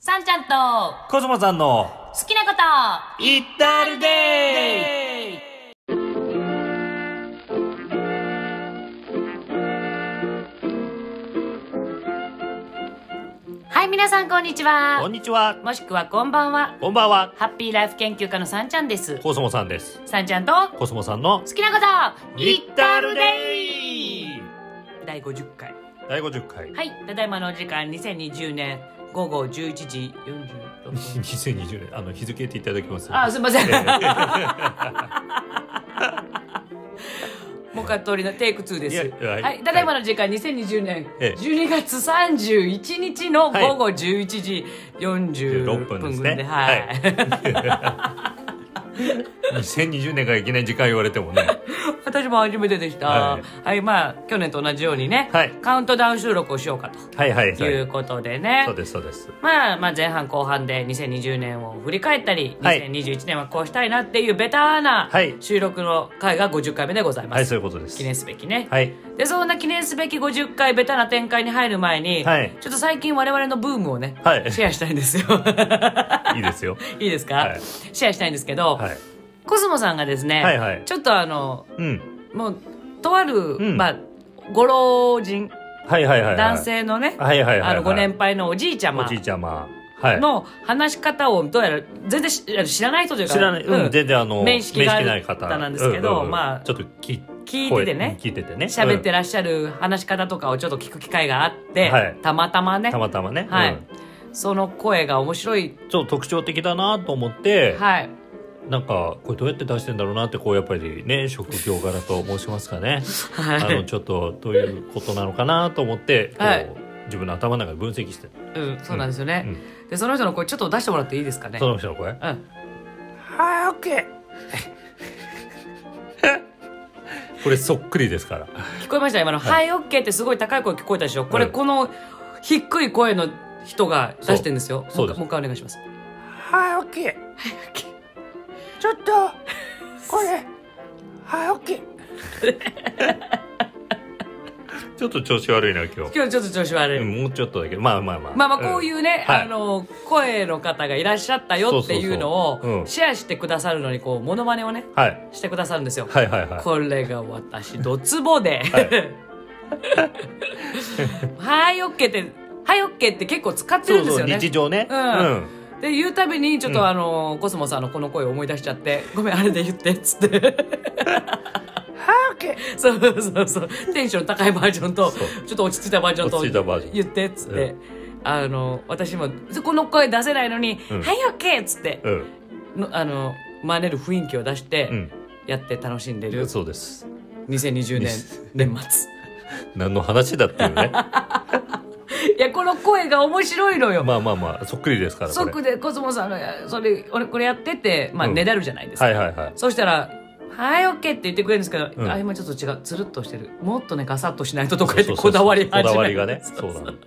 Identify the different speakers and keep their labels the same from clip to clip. Speaker 1: さんちゃんと
Speaker 2: コスモさんの
Speaker 1: 好きなこと
Speaker 2: イッタールデイ
Speaker 1: はい皆さんこんにち
Speaker 2: こ
Speaker 1: は
Speaker 2: んにちは
Speaker 1: もしくはこんばんは
Speaker 2: こんばんは
Speaker 1: ハッピーライフ研究家のさんちゃんです
Speaker 2: コスモさんです
Speaker 1: さんちゃんと好
Speaker 2: コスモさんの
Speaker 1: きなこと
Speaker 2: イッタールデイ
Speaker 1: 第50回
Speaker 2: 第50回
Speaker 1: はいただいまのお時間2020年午後11時46分
Speaker 2: 2020年あの日付っていただきます
Speaker 1: あすいません、もう一回通りのテイク2で
Speaker 2: いや
Speaker 1: す
Speaker 2: いやは
Speaker 1: はいい、ただいまの時間2020年
Speaker 2: ええ
Speaker 1: 12月31日の
Speaker 2: はい
Speaker 1: 午後11時46
Speaker 2: 6分
Speaker 1: 分
Speaker 2: です
Speaker 1: で,、
Speaker 2: ね
Speaker 1: はい、
Speaker 2: 2020年がいきなり時間言われても ね
Speaker 1: 私も初めてでした
Speaker 2: は
Speaker 1: はいい、まあ去年と同じようにね、
Speaker 2: はい
Speaker 1: カウントダウン収録をしようか
Speaker 2: はいはい
Speaker 1: と
Speaker 2: はい
Speaker 1: いうことでね、
Speaker 2: そうですそうです
Speaker 1: まあ、まあ前半後半で2020年を振り返ったり、
Speaker 2: はい
Speaker 1: 2021年はこうしたいなっていうベターな
Speaker 2: はい
Speaker 1: 収録の回が50回目でございます、
Speaker 2: はいそういうことです
Speaker 1: 記念すべきね、
Speaker 2: はい
Speaker 1: でそんな記念すべき50回ベタな展開に入る前に、
Speaker 2: はい
Speaker 1: ちょっと最近我々のブームをね、
Speaker 2: はい
Speaker 1: シェアしたいんですよ
Speaker 2: いいです よ
Speaker 1: いいですか、
Speaker 2: はい
Speaker 1: シェアしたいんですけど、
Speaker 2: はい
Speaker 1: コスモさんがですね、
Speaker 2: はいはい
Speaker 1: ちょっとあの
Speaker 2: うん
Speaker 1: もうとある、
Speaker 2: うん
Speaker 1: まあご老人
Speaker 2: はいはいはいはい
Speaker 1: 男性のね、
Speaker 2: はいはいはいはい
Speaker 1: あのご年配のおじいちゃ
Speaker 2: お
Speaker 1: ま
Speaker 2: じいちゃまはい
Speaker 1: の話し方をどうやら全然しあの知らない人というか
Speaker 2: 知らない、うん、全然あの、
Speaker 1: 面識がある
Speaker 2: 面識
Speaker 1: 方なんですけど
Speaker 2: ううう
Speaker 1: まあ
Speaker 2: ちょっとき
Speaker 1: 聞いててね
Speaker 2: 声聞いててね。
Speaker 1: 喋って
Speaker 2: る、
Speaker 1: らっしゃる話し方とかをちょっと聞く機会があって、
Speaker 2: はい
Speaker 1: たまたまね
Speaker 2: たまたまね。
Speaker 1: はい
Speaker 2: うん
Speaker 1: その声が面白い、
Speaker 2: ちょっと特徴的だなと思って、
Speaker 1: はい、
Speaker 2: なんか、これどうやって出してんだろうなって、こう、やっぱりね、職業柄と申しますかね。
Speaker 1: は
Speaker 2: あ
Speaker 1: い
Speaker 2: の、ちょっと、どういうことなのかなと思って、こう、
Speaker 1: はい
Speaker 2: 自分の頭の中で分析して、
Speaker 1: うん、そうなんですよね、
Speaker 2: う
Speaker 1: でその人の声ちょっと出してもらっていいですかね
Speaker 2: ん、その人の声。
Speaker 1: うん、
Speaker 2: はい、オッケー。これそっくりですから。
Speaker 1: 聞こえました今の「はい、オッケー」ってすごい高い声聞こえたでしょこれ、
Speaker 2: はい
Speaker 1: この低い声の人が出してるんですよ
Speaker 2: そう
Speaker 1: もう一回
Speaker 2: そうです
Speaker 1: もう一回お願いします
Speaker 2: はい、オッケー。ちょっと、 これ、はい、オッケー。 ちょっと調子悪いな、今日。
Speaker 1: 今日ちょっと調子悪い、
Speaker 2: うんもうちょっとだけど、まあまあまあ。
Speaker 1: まあまあこういうね、
Speaker 2: うんはい
Speaker 1: あの声の方がいらっしゃったよっていうの
Speaker 2: そうそうそうう
Speaker 1: を
Speaker 2: ん
Speaker 1: シェアしてくださるのにこうモノマネをね
Speaker 2: うん。はい。
Speaker 1: してくださるんですよ、
Speaker 2: はいはいはい。
Speaker 1: これが私ドツボで「
Speaker 2: は
Speaker 1: はいオッケー」って「はいオッケー」って結構使って
Speaker 2: そ
Speaker 1: る
Speaker 2: うん
Speaker 1: です
Speaker 2: そう、
Speaker 1: よね
Speaker 2: 日常ね。
Speaker 1: うん
Speaker 2: うん
Speaker 1: で言うたびにちょっ
Speaker 2: うん
Speaker 1: とあの、コスモさんのこの声を思い出しちゃって「ごめんあれで言って」っつって「そうそうそうテンション高いバージョンと
Speaker 2: そう
Speaker 1: ちょっと落ち着いたバージョンと
Speaker 2: 落ち着いたバージョン
Speaker 1: 言って」っつって、
Speaker 2: う
Speaker 1: あの私もこの声出せないのに「
Speaker 2: うん
Speaker 1: はいオッケー」っつって、
Speaker 2: うん。
Speaker 1: のあの真似る雰囲気を出して、
Speaker 2: うん。
Speaker 1: やって楽しんで
Speaker 2: いや
Speaker 1: る
Speaker 2: そうです。
Speaker 1: 2020年 年末
Speaker 2: 何の話だってい うね。
Speaker 1: いやこの声が面白いのよ、
Speaker 2: まあまあまあ、そっくりですから、これ。
Speaker 1: 即でコスモさんが「それ俺これやって」って、まあ、
Speaker 2: うん
Speaker 1: ねだるじゃないですか、
Speaker 2: はいはいはい。
Speaker 1: そうしたら、はい、オッケーって言ってくれるんですけど、
Speaker 2: うん
Speaker 1: あ、今ちょっと違う、つるっとしてる。もっとね、ガサッとしないととか言ってこだわり始め
Speaker 2: こ
Speaker 1: る
Speaker 2: だわりがね。そう
Speaker 1: そ
Speaker 2: なの。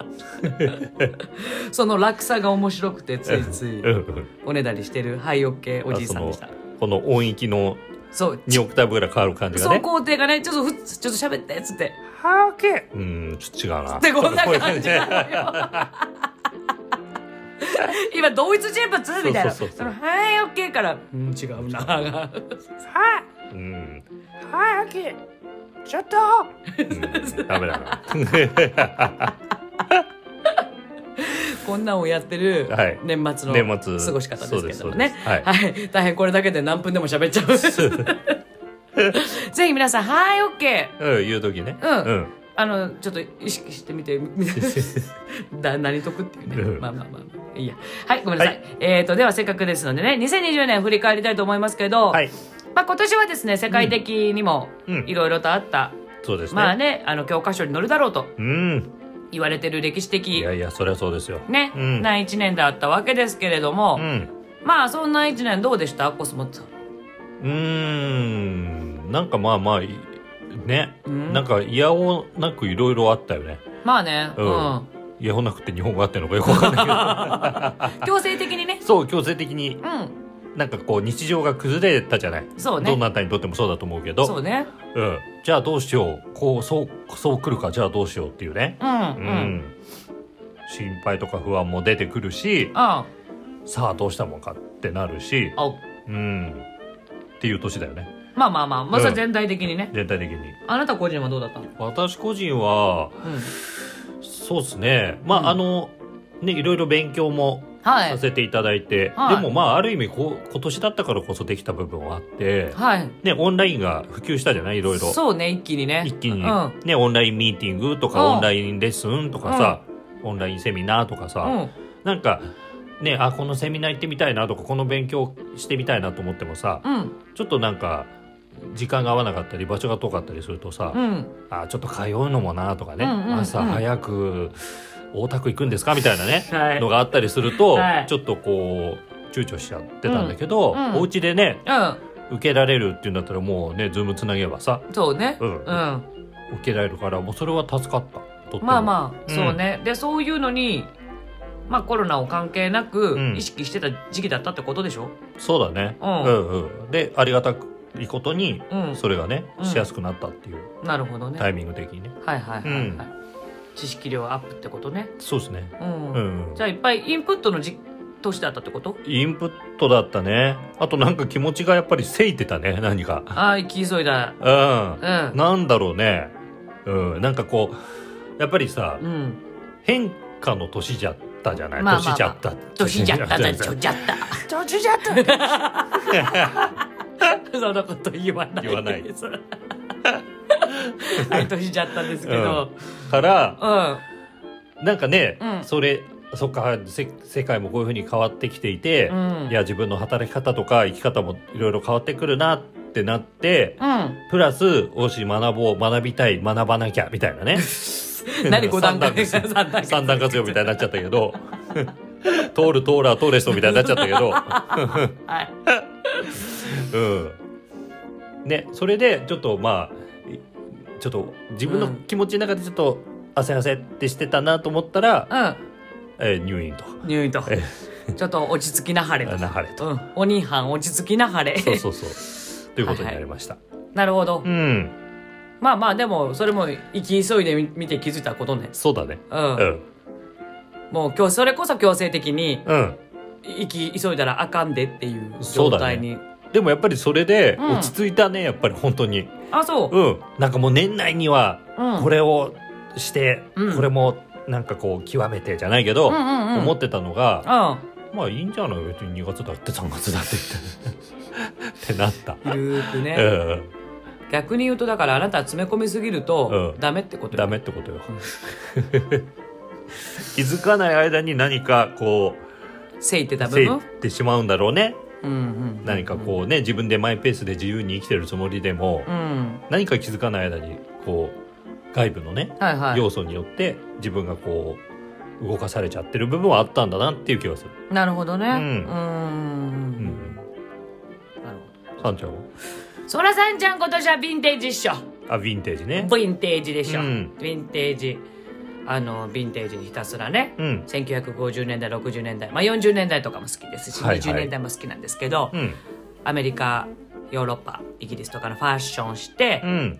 Speaker 1: その落差が面白くて、ついつい
Speaker 2: うんうん
Speaker 1: おねだりしてる、はい、オッケーおじいさんでし
Speaker 2: あ
Speaker 1: た。
Speaker 2: そのこの音域の
Speaker 1: そう、
Speaker 2: 2オクターブぐらい変わる感じが
Speaker 1: そう
Speaker 2: ね。
Speaker 1: 工程がね、ちょっとふっ、ちょっと喋って、っつって。
Speaker 2: はーけうん、ちょっと違うな。
Speaker 1: で、こんな感じ
Speaker 2: ちょっとこうい
Speaker 1: な
Speaker 2: う感
Speaker 1: のよ。 今、同一人物みたいな。
Speaker 2: そうそう
Speaker 1: そ
Speaker 2: そうそう
Speaker 1: のはい、オッケーから、うん、違うな。が
Speaker 3: はい、
Speaker 2: じうん。
Speaker 3: はい、オッケー。ちょっと、
Speaker 2: うんダメだな。
Speaker 1: こんなんをやってる
Speaker 2: はい
Speaker 1: 年末の
Speaker 2: 年末
Speaker 1: 過ごし方ですけれどもね。
Speaker 2: そうですそう
Speaker 1: はい。大変これだけで何分でも喋っちゃ う。ぜひ皆さん、はい、オッケー。
Speaker 2: うん、言うときね。
Speaker 1: うん
Speaker 2: うん。
Speaker 1: あの、ちょっと意識してみて、 みだ何得っていうね。
Speaker 2: うん
Speaker 1: まあまあまあまあ。いいや。はい、ごめんなさい。
Speaker 2: は
Speaker 1: えっ、と、ではせっかくですのでね、2020年振り返りたいと思いますけど、
Speaker 2: はい。
Speaker 1: まあ今年はですね、世界的にも
Speaker 2: うん
Speaker 1: いろいろとあった、
Speaker 2: そうですね。
Speaker 1: まあね、あの、教科書に載るだろうと
Speaker 2: うん。
Speaker 1: 言われてる歴史
Speaker 2: い
Speaker 1: 的、
Speaker 2: やいや、そりゃそうですよ。
Speaker 1: ね、
Speaker 2: うん
Speaker 1: な一年であったわけですけれども、
Speaker 2: うん。
Speaker 1: まあそんな一年どうでしたコスモさん。
Speaker 2: うーん。なんかまあまあ、いね。
Speaker 1: ん
Speaker 2: なんか、いやおうなくいろいろあったよね。
Speaker 1: まあね、う、
Speaker 2: うんん。いやおうなくって日本語あってんのかよくわかんないけど。
Speaker 1: 強制的に ね、
Speaker 2: そう、強制的に
Speaker 1: うん、
Speaker 2: なんかこう、日常が崩れたじゃない。
Speaker 1: そうね
Speaker 2: どなたにとってもそうだと思うけど。
Speaker 1: そうね、
Speaker 2: うん、じゃあどうしようこうそうそう来るかじゃあどうしようっていうね
Speaker 1: うん、う、
Speaker 2: うんん、心配とか不安も出てくるし
Speaker 1: あ
Speaker 2: さあどうしたもんかってなるし
Speaker 1: あお
Speaker 2: うんっていう年だよね
Speaker 1: まあまあまあまあそれは全体的にね、
Speaker 2: 全体的に
Speaker 1: あなた個人はどうだったの
Speaker 2: 私個人
Speaker 1: う
Speaker 2: は
Speaker 1: ん
Speaker 2: そうですねまあ、
Speaker 1: うん
Speaker 2: あのねいろいろ勉強も
Speaker 1: は
Speaker 2: さ
Speaker 1: い
Speaker 2: せていただいて、
Speaker 1: はい
Speaker 2: でもまあある意味こう今年だったからこそできた部分はあって、
Speaker 1: はい
Speaker 2: ね、オンラインが普及したじゃないいろいろ
Speaker 1: そうね一気にね
Speaker 2: 一気に、
Speaker 1: うん
Speaker 2: ね、オンラインミーティングと
Speaker 1: う
Speaker 2: か
Speaker 1: ん
Speaker 2: オンラインレッスンとかさ、オンラインセミナーとかさ、
Speaker 1: うん
Speaker 2: なんかねあこのセミナー行ってみたいなとかこの勉強してみたいなと思ってもさ、
Speaker 1: うん
Speaker 2: ちょっとなんか時間が合わなかったり場所が遠かったりするとさ、
Speaker 1: うん
Speaker 2: あちょっと通うのもなとかね、
Speaker 1: うんうんうん
Speaker 2: 朝早く大田区行くんですかみたいなね、
Speaker 1: はい
Speaker 2: のがあったりすると、
Speaker 1: はい
Speaker 2: ちょっとこう躊躇しちゃってたんだけど、
Speaker 1: うんうん
Speaker 2: お家でね
Speaker 1: う
Speaker 2: 受けられるっていうんだったらもうねズームつなげばさ
Speaker 1: んそうね
Speaker 2: うん
Speaker 1: うん
Speaker 2: 受けられるからもうそれは助かったとっても
Speaker 1: まあまあ、
Speaker 2: うん
Speaker 1: そうねでそういうのにまあコロナを関係な
Speaker 2: う
Speaker 1: く
Speaker 2: ん
Speaker 1: 意識してた時期だったってことでしょ
Speaker 2: そうだね、
Speaker 1: うん
Speaker 2: うんうんでありがたいことに
Speaker 1: うん
Speaker 2: それがね、
Speaker 1: うん
Speaker 2: しやすくなったっていう
Speaker 1: なるほどね
Speaker 2: タ
Speaker 1: はい
Speaker 2: イミング的にね、
Speaker 1: はいはい、はい
Speaker 2: うん
Speaker 1: 知識量アップってことね
Speaker 2: そうですね
Speaker 1: うん、
Speaker 2: うん、うん
Speaker 1: じゃあいっぱいインプットのじ年だったってこと
Speaker 2: インプットだったねあとなんか気持ちがやっぱりせいてたね 何か
Speaker 1: ああ行き急いだ
Speaker 2: うん
Speaker 1: うん
Speaker 2: なんだろうね。うん、なんかこう、やっぱりさ、
Speaker 1: うん
Speaker 2: 変化の年じゃったじゃない、
Speaker 1: まあまあまあ
Speaker 2: 年じゃった。
Speaker 1: 年じゃっただちょじゃった
Speaker 3: 年じゃった
Speaker 1: そんなこと言わない
Speaker 2: 言わない
Speaker 1: それ はい年じゃったんですけど
Speaker 2: から、
Speaker 1: うん
Speaker 2: なんかね、
Speaker 1: うん
Speaker 2: それ、そっか、せ世界もこういうふうに変わってきていて、
Speaker 1: うん
Speaker 2: いや、自分の働き方とか生き方もいろいろ変わってくるなってなって、
Speaker 1: うん
Speaker 2: プラス、おし、学ぼう、学びたい、学ばなきゃ、みたいなね。
Speaker 1: 何五段階
Speaker 2: 三
Speaker 1: 三段階
Speaker 2: 三段活用みたいになっちゃったけど、通る通ら通れ人みたいになっちゃったけど、
Speaker 1: はい
Speaker 2: うん。ね、それでちょっとまあいちょっと自分の気持ちの中でちょっと汗汗ってしてたなと思ったら、
Speaker 1: う
Speaker 2: えー入院と
Speaker 1: ん入院と
Speaker 2: え
Speaker 1: ちょっと落ち着きなはれ
Speaker 2: 流
Speaker 1: と
Speaker 2: れと。
Speaker 1: うん、お兄はん落ち着きなはれ。
Speaker 2: そうそうそう。ということになりました。
Speaker 1: なるほど。
Speaker 2: うん。
Speaker 1: まあまあ、でも、それも、生き急いでみ見て気づいたことね。
Speaker 2: そうだね。
Speaker 1: うん。
Speaker 2: うん。
Speaker 1: もう、今日、それこそ強制的に、
Speaker 2: うん。
Speaker 1: 生き急いだらあかんでっていう
Speaker 2: そ
Speaker 1: 状
Speaker 2: うだね
Speaker 1: 態に。
Speaker 2: でもやっぱりそれで
Speaker 1: うん
Speaker 2: 落ち着いたね、やっぱり本当に。
Speaker 1: あ、そう。
Speaker 2: うん。なんかもう年内には
Speaker 1: うん
Speaker 2: これをして、
Speaker 1: うん
Speaker 2: これもなんかこう極めてじゃないけど、
Speaker 1: うんうんうん
Speaker 2: 思ってたのが、
Speaker 1: う
Speaker 2: まあいいんじゃない別に2月だって3月だって 言ってってなった。
Speaker 1: ん。ゆるーくね、
Speaker 2: うん、
Speaker 1: 逆に言うと、だから、あなたは詰め込みすぎると、
Speaker 2: うん
Speaker 1: ダメってことよ
Speaker 2: ダメってことよ。 気づかない間に何かこ
Speaker 1: せいてた
Speaker 2: う、
Speaker 1: 部
Speaker 2: せい
Speaker 1: 分。
Speaker 2: ってしまうんだろうね。
Speaker 1: うんうん。
Speaker 2: 何かこうね、自分でマイペースで自由に生きてるつもりでも、
Speaker 1: うん。
Speaker 2: 何か気づかない間に、こう、外部のね、
Speaker 1: はいは
Speaker 2: 要素によって自分がこう、動かされちゃってる部分はあったんだなっていう気がする。
Speaker 1: い。なるほどね。
Speaker 2: うん
Speaker 1: うーん
Speaker 2: うん
Speaker 1: なるほ
Speaker 2: うん。さんちゃんは
Speaker 1: ど。そらさんちゃん、今年はヴィンテージっしょ。
Speaker 2: あ、ヴィンテージね。
Speaker 1: ヴィンテージでしょ、
Speaker 2: うん
Speaker 1: ヴィンテージあのヴィンテージにひたすらね、
Speaker 2: うん。
Speaker 1: 1950年代60年代、まあ、40年代とかも好きですし、
Speaker 2: はいはい
Speaker 1: 20年代も好きなんですけど、
Speaker 2: うん。
Speaker 1: アメリカヨーロッパイギリスとかのファッションして
Speaker 2: うん。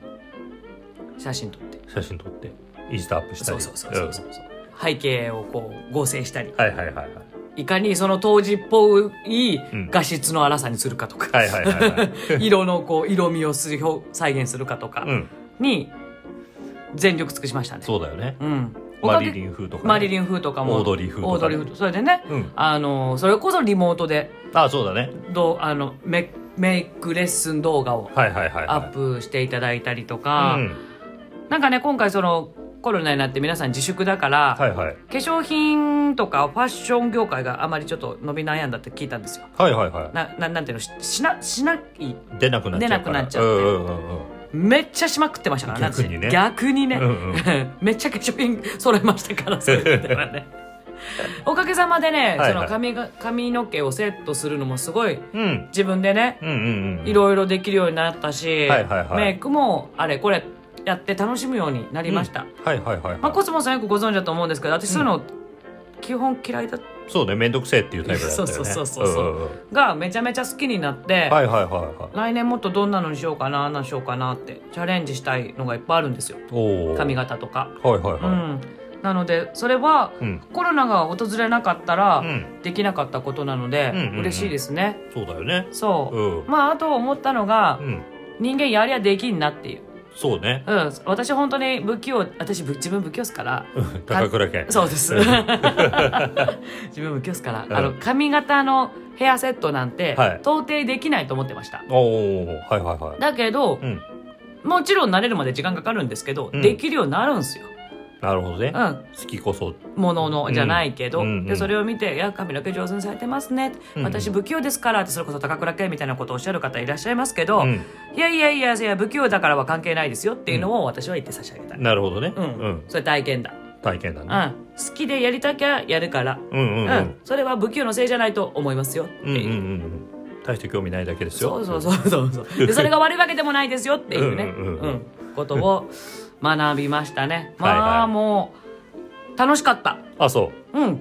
Speaker 1: 写真撮って、
Speaker 2: 写真撮って、インスタアップした
Speaker 1: そ
Speaker 2: り。
Speaker 1: うそうそうそうそう背景をこう合成したり
Speaker 2: うんはいはいはいはい。
Speaker 1: いかにその当時っぽい
Speaker 2: ん
Speaker 1: 画質の荒さにするかとか、
Speaker 2: はいはいはいは い
Speaker 1: 色のこう色味をする表再現するかとか
Speaker 2: うん。
Speaker 1: に全力尽くしましたね。
Speaker 2: そうだよね。
Speaker 1: うん、お
Speaker 2: マ
Speaker 1: かげ
Speaker 2: リリン風とかね、
Speaker 1: マリリン風とかも
Speaker 2: オードリー風とかね
Speaker 1: オードリー風それでね、
Speaker 2: うん
Speaker 1: あのそれこそリモートで
Speaker 2: あそうだね。
Speaker 1: どうあのメメイクレッスン動画を
Speaker 2: はいはいはい、はい。
Speaker 1: アップしていただいたりとか、
Speaker 2: うん。
Speaker 1: なんかね今回そのコロナになって皆さん自粛だから、
Speaker 2: はいはい。
Speaker 1: 化粧品とかファッション業界があまりちょっと伸び悩んだって聞いたんですよ。
Speaker 2: はいはいは
Speaker 1: なななんていうのししなしない
Speaker 2: い。出なくなっちゃうか
Speaker 1: 出
Speaker 2: ら。
Speaker 1: なくなっちゃう
Speaker 2: うんうんうんうん。
Speaker 1: めっちゃしまくってましたから
Speaker 2: 逆にね
Speaker 1: 私逆にね、
Speaker 2: うんう
Speaker 1: めっちゃ化粧品揃えました からそういう意味ではねおかげさまでね、
Speaker 2: はいはい
Speaker 1: その髪が髪の毛をセットするのもすごい
Speaker 2: うん。
Speaker 1: 自分でね、
Speaker 2: うんうんうん。
Speaker 1: いろいろできるようになったし、
Speaker 2: はいはいはい
Speaker 1: メイクもあれこれやって楽しむようになりました、
Speaker 2: うんはいはいはい、はい
Speaker 1: まあ、コスモさんよくご存知だと思うんですけど私そういうの基本嫌いだ
Speaker 2: そうね、めんどくせえっていうタイプだったよ ね。
Speaker 1: そうそうそうそうん
Speaker 2: んん
Speaker 1: がめちゃめちゃ好きになって、
Speaker 2: はいはいはいはい。
Speaker 1: 来年もっとどんなのにしようかなあんなのしようかなってチャレンジしたいのがいっぱいあるんですよ
Speaker 2: おお。
Speaker 1: 髪
Speaker 2: が。
Speaker 1: 型とか。
Speaker 2: はいはいはい。
Speaker 1: うん、なのでそれは
Speaker 2: うん
Speaker 1: コロナが訪れなかったら
Speaker 2: うん
Speaker 1: できなかったことなので
Speaker 2: うんうんうん
Speaker 1: 嬉しいですね
Speaker 2: そうだよね
Speaker 1: そう、
Speaker 2: うん
Speaker 1: まああと思ったのが
Speaker 2: うん
Speaker 1: 人間やりゃできんなっていう
Speaker 2: そうね
Speaker 1: うん私本当に不器用私ぶ自分不器用っすから
Speaker 2: うん高倉健
Speaker 1: そうです
Speaker 2: うん
Speaker 1: 自分不器用っすから、
Speaker 2: うん
Speaker 1: あの髪型のヘアセットなんて、
Speaker 2: はい
Speaker 1: 到底できないと思ってました
Speaker 2: おおはいはいはい
Speaker 1: だけど、
Speaker 2: うん
Speaker 1: もちろん慣れるまで時間かかるんですけど、
Speaker 2: うん
Speaker 1: できるようになるんすよ、
Speaker 2: なるほどね
Speaker 1: うん、
Speaker 2: 好きこそ
Speaker 1: もののじゃないけど、
Speaker 2: うんうんうん
Speaker 1: でそれを見て「いや髪の毛上手にされてますね」
Speaker 2: うん
Speaker 1: 私不器用ですから」ってそれこそ高倉健みたいなことをおっしゃる方いらっしゃいますけど「
Speaker 2: うん
Speaker 1: いやいやいやいや不器用だからは関係ないですよ」っていうのを私は言って差し上げたい、
Speaker 2: なるほどね
Speaker 1: うんそれ体験だ、
Speaker 2: 体験だ
Speaker 1: う
Speaker 2: ね
Speaker 1: ん、好きでやりたきゃやるから、
Speaker 2: うんう
Speaker 1: うんん
Speaker 2: うん
Speaker 1: それは不器用のせいじゃないと思いますよって
Speaker 2: うんうん
Speaker 1: いう。
Speaker 2: うん大して興味ないだけですよ
Speaker 1: そうそうそうそうそう でそれが悪いわけでもないですよっていうね
Speaker 2: うんうんうん
Speaker 1: うんことを学びましたねまあ
Speaker 2: はいはい
Speaker 1: もう楽しかった
Speaker 2: あそ
Speaker 1: うん
Speaker 2: ううん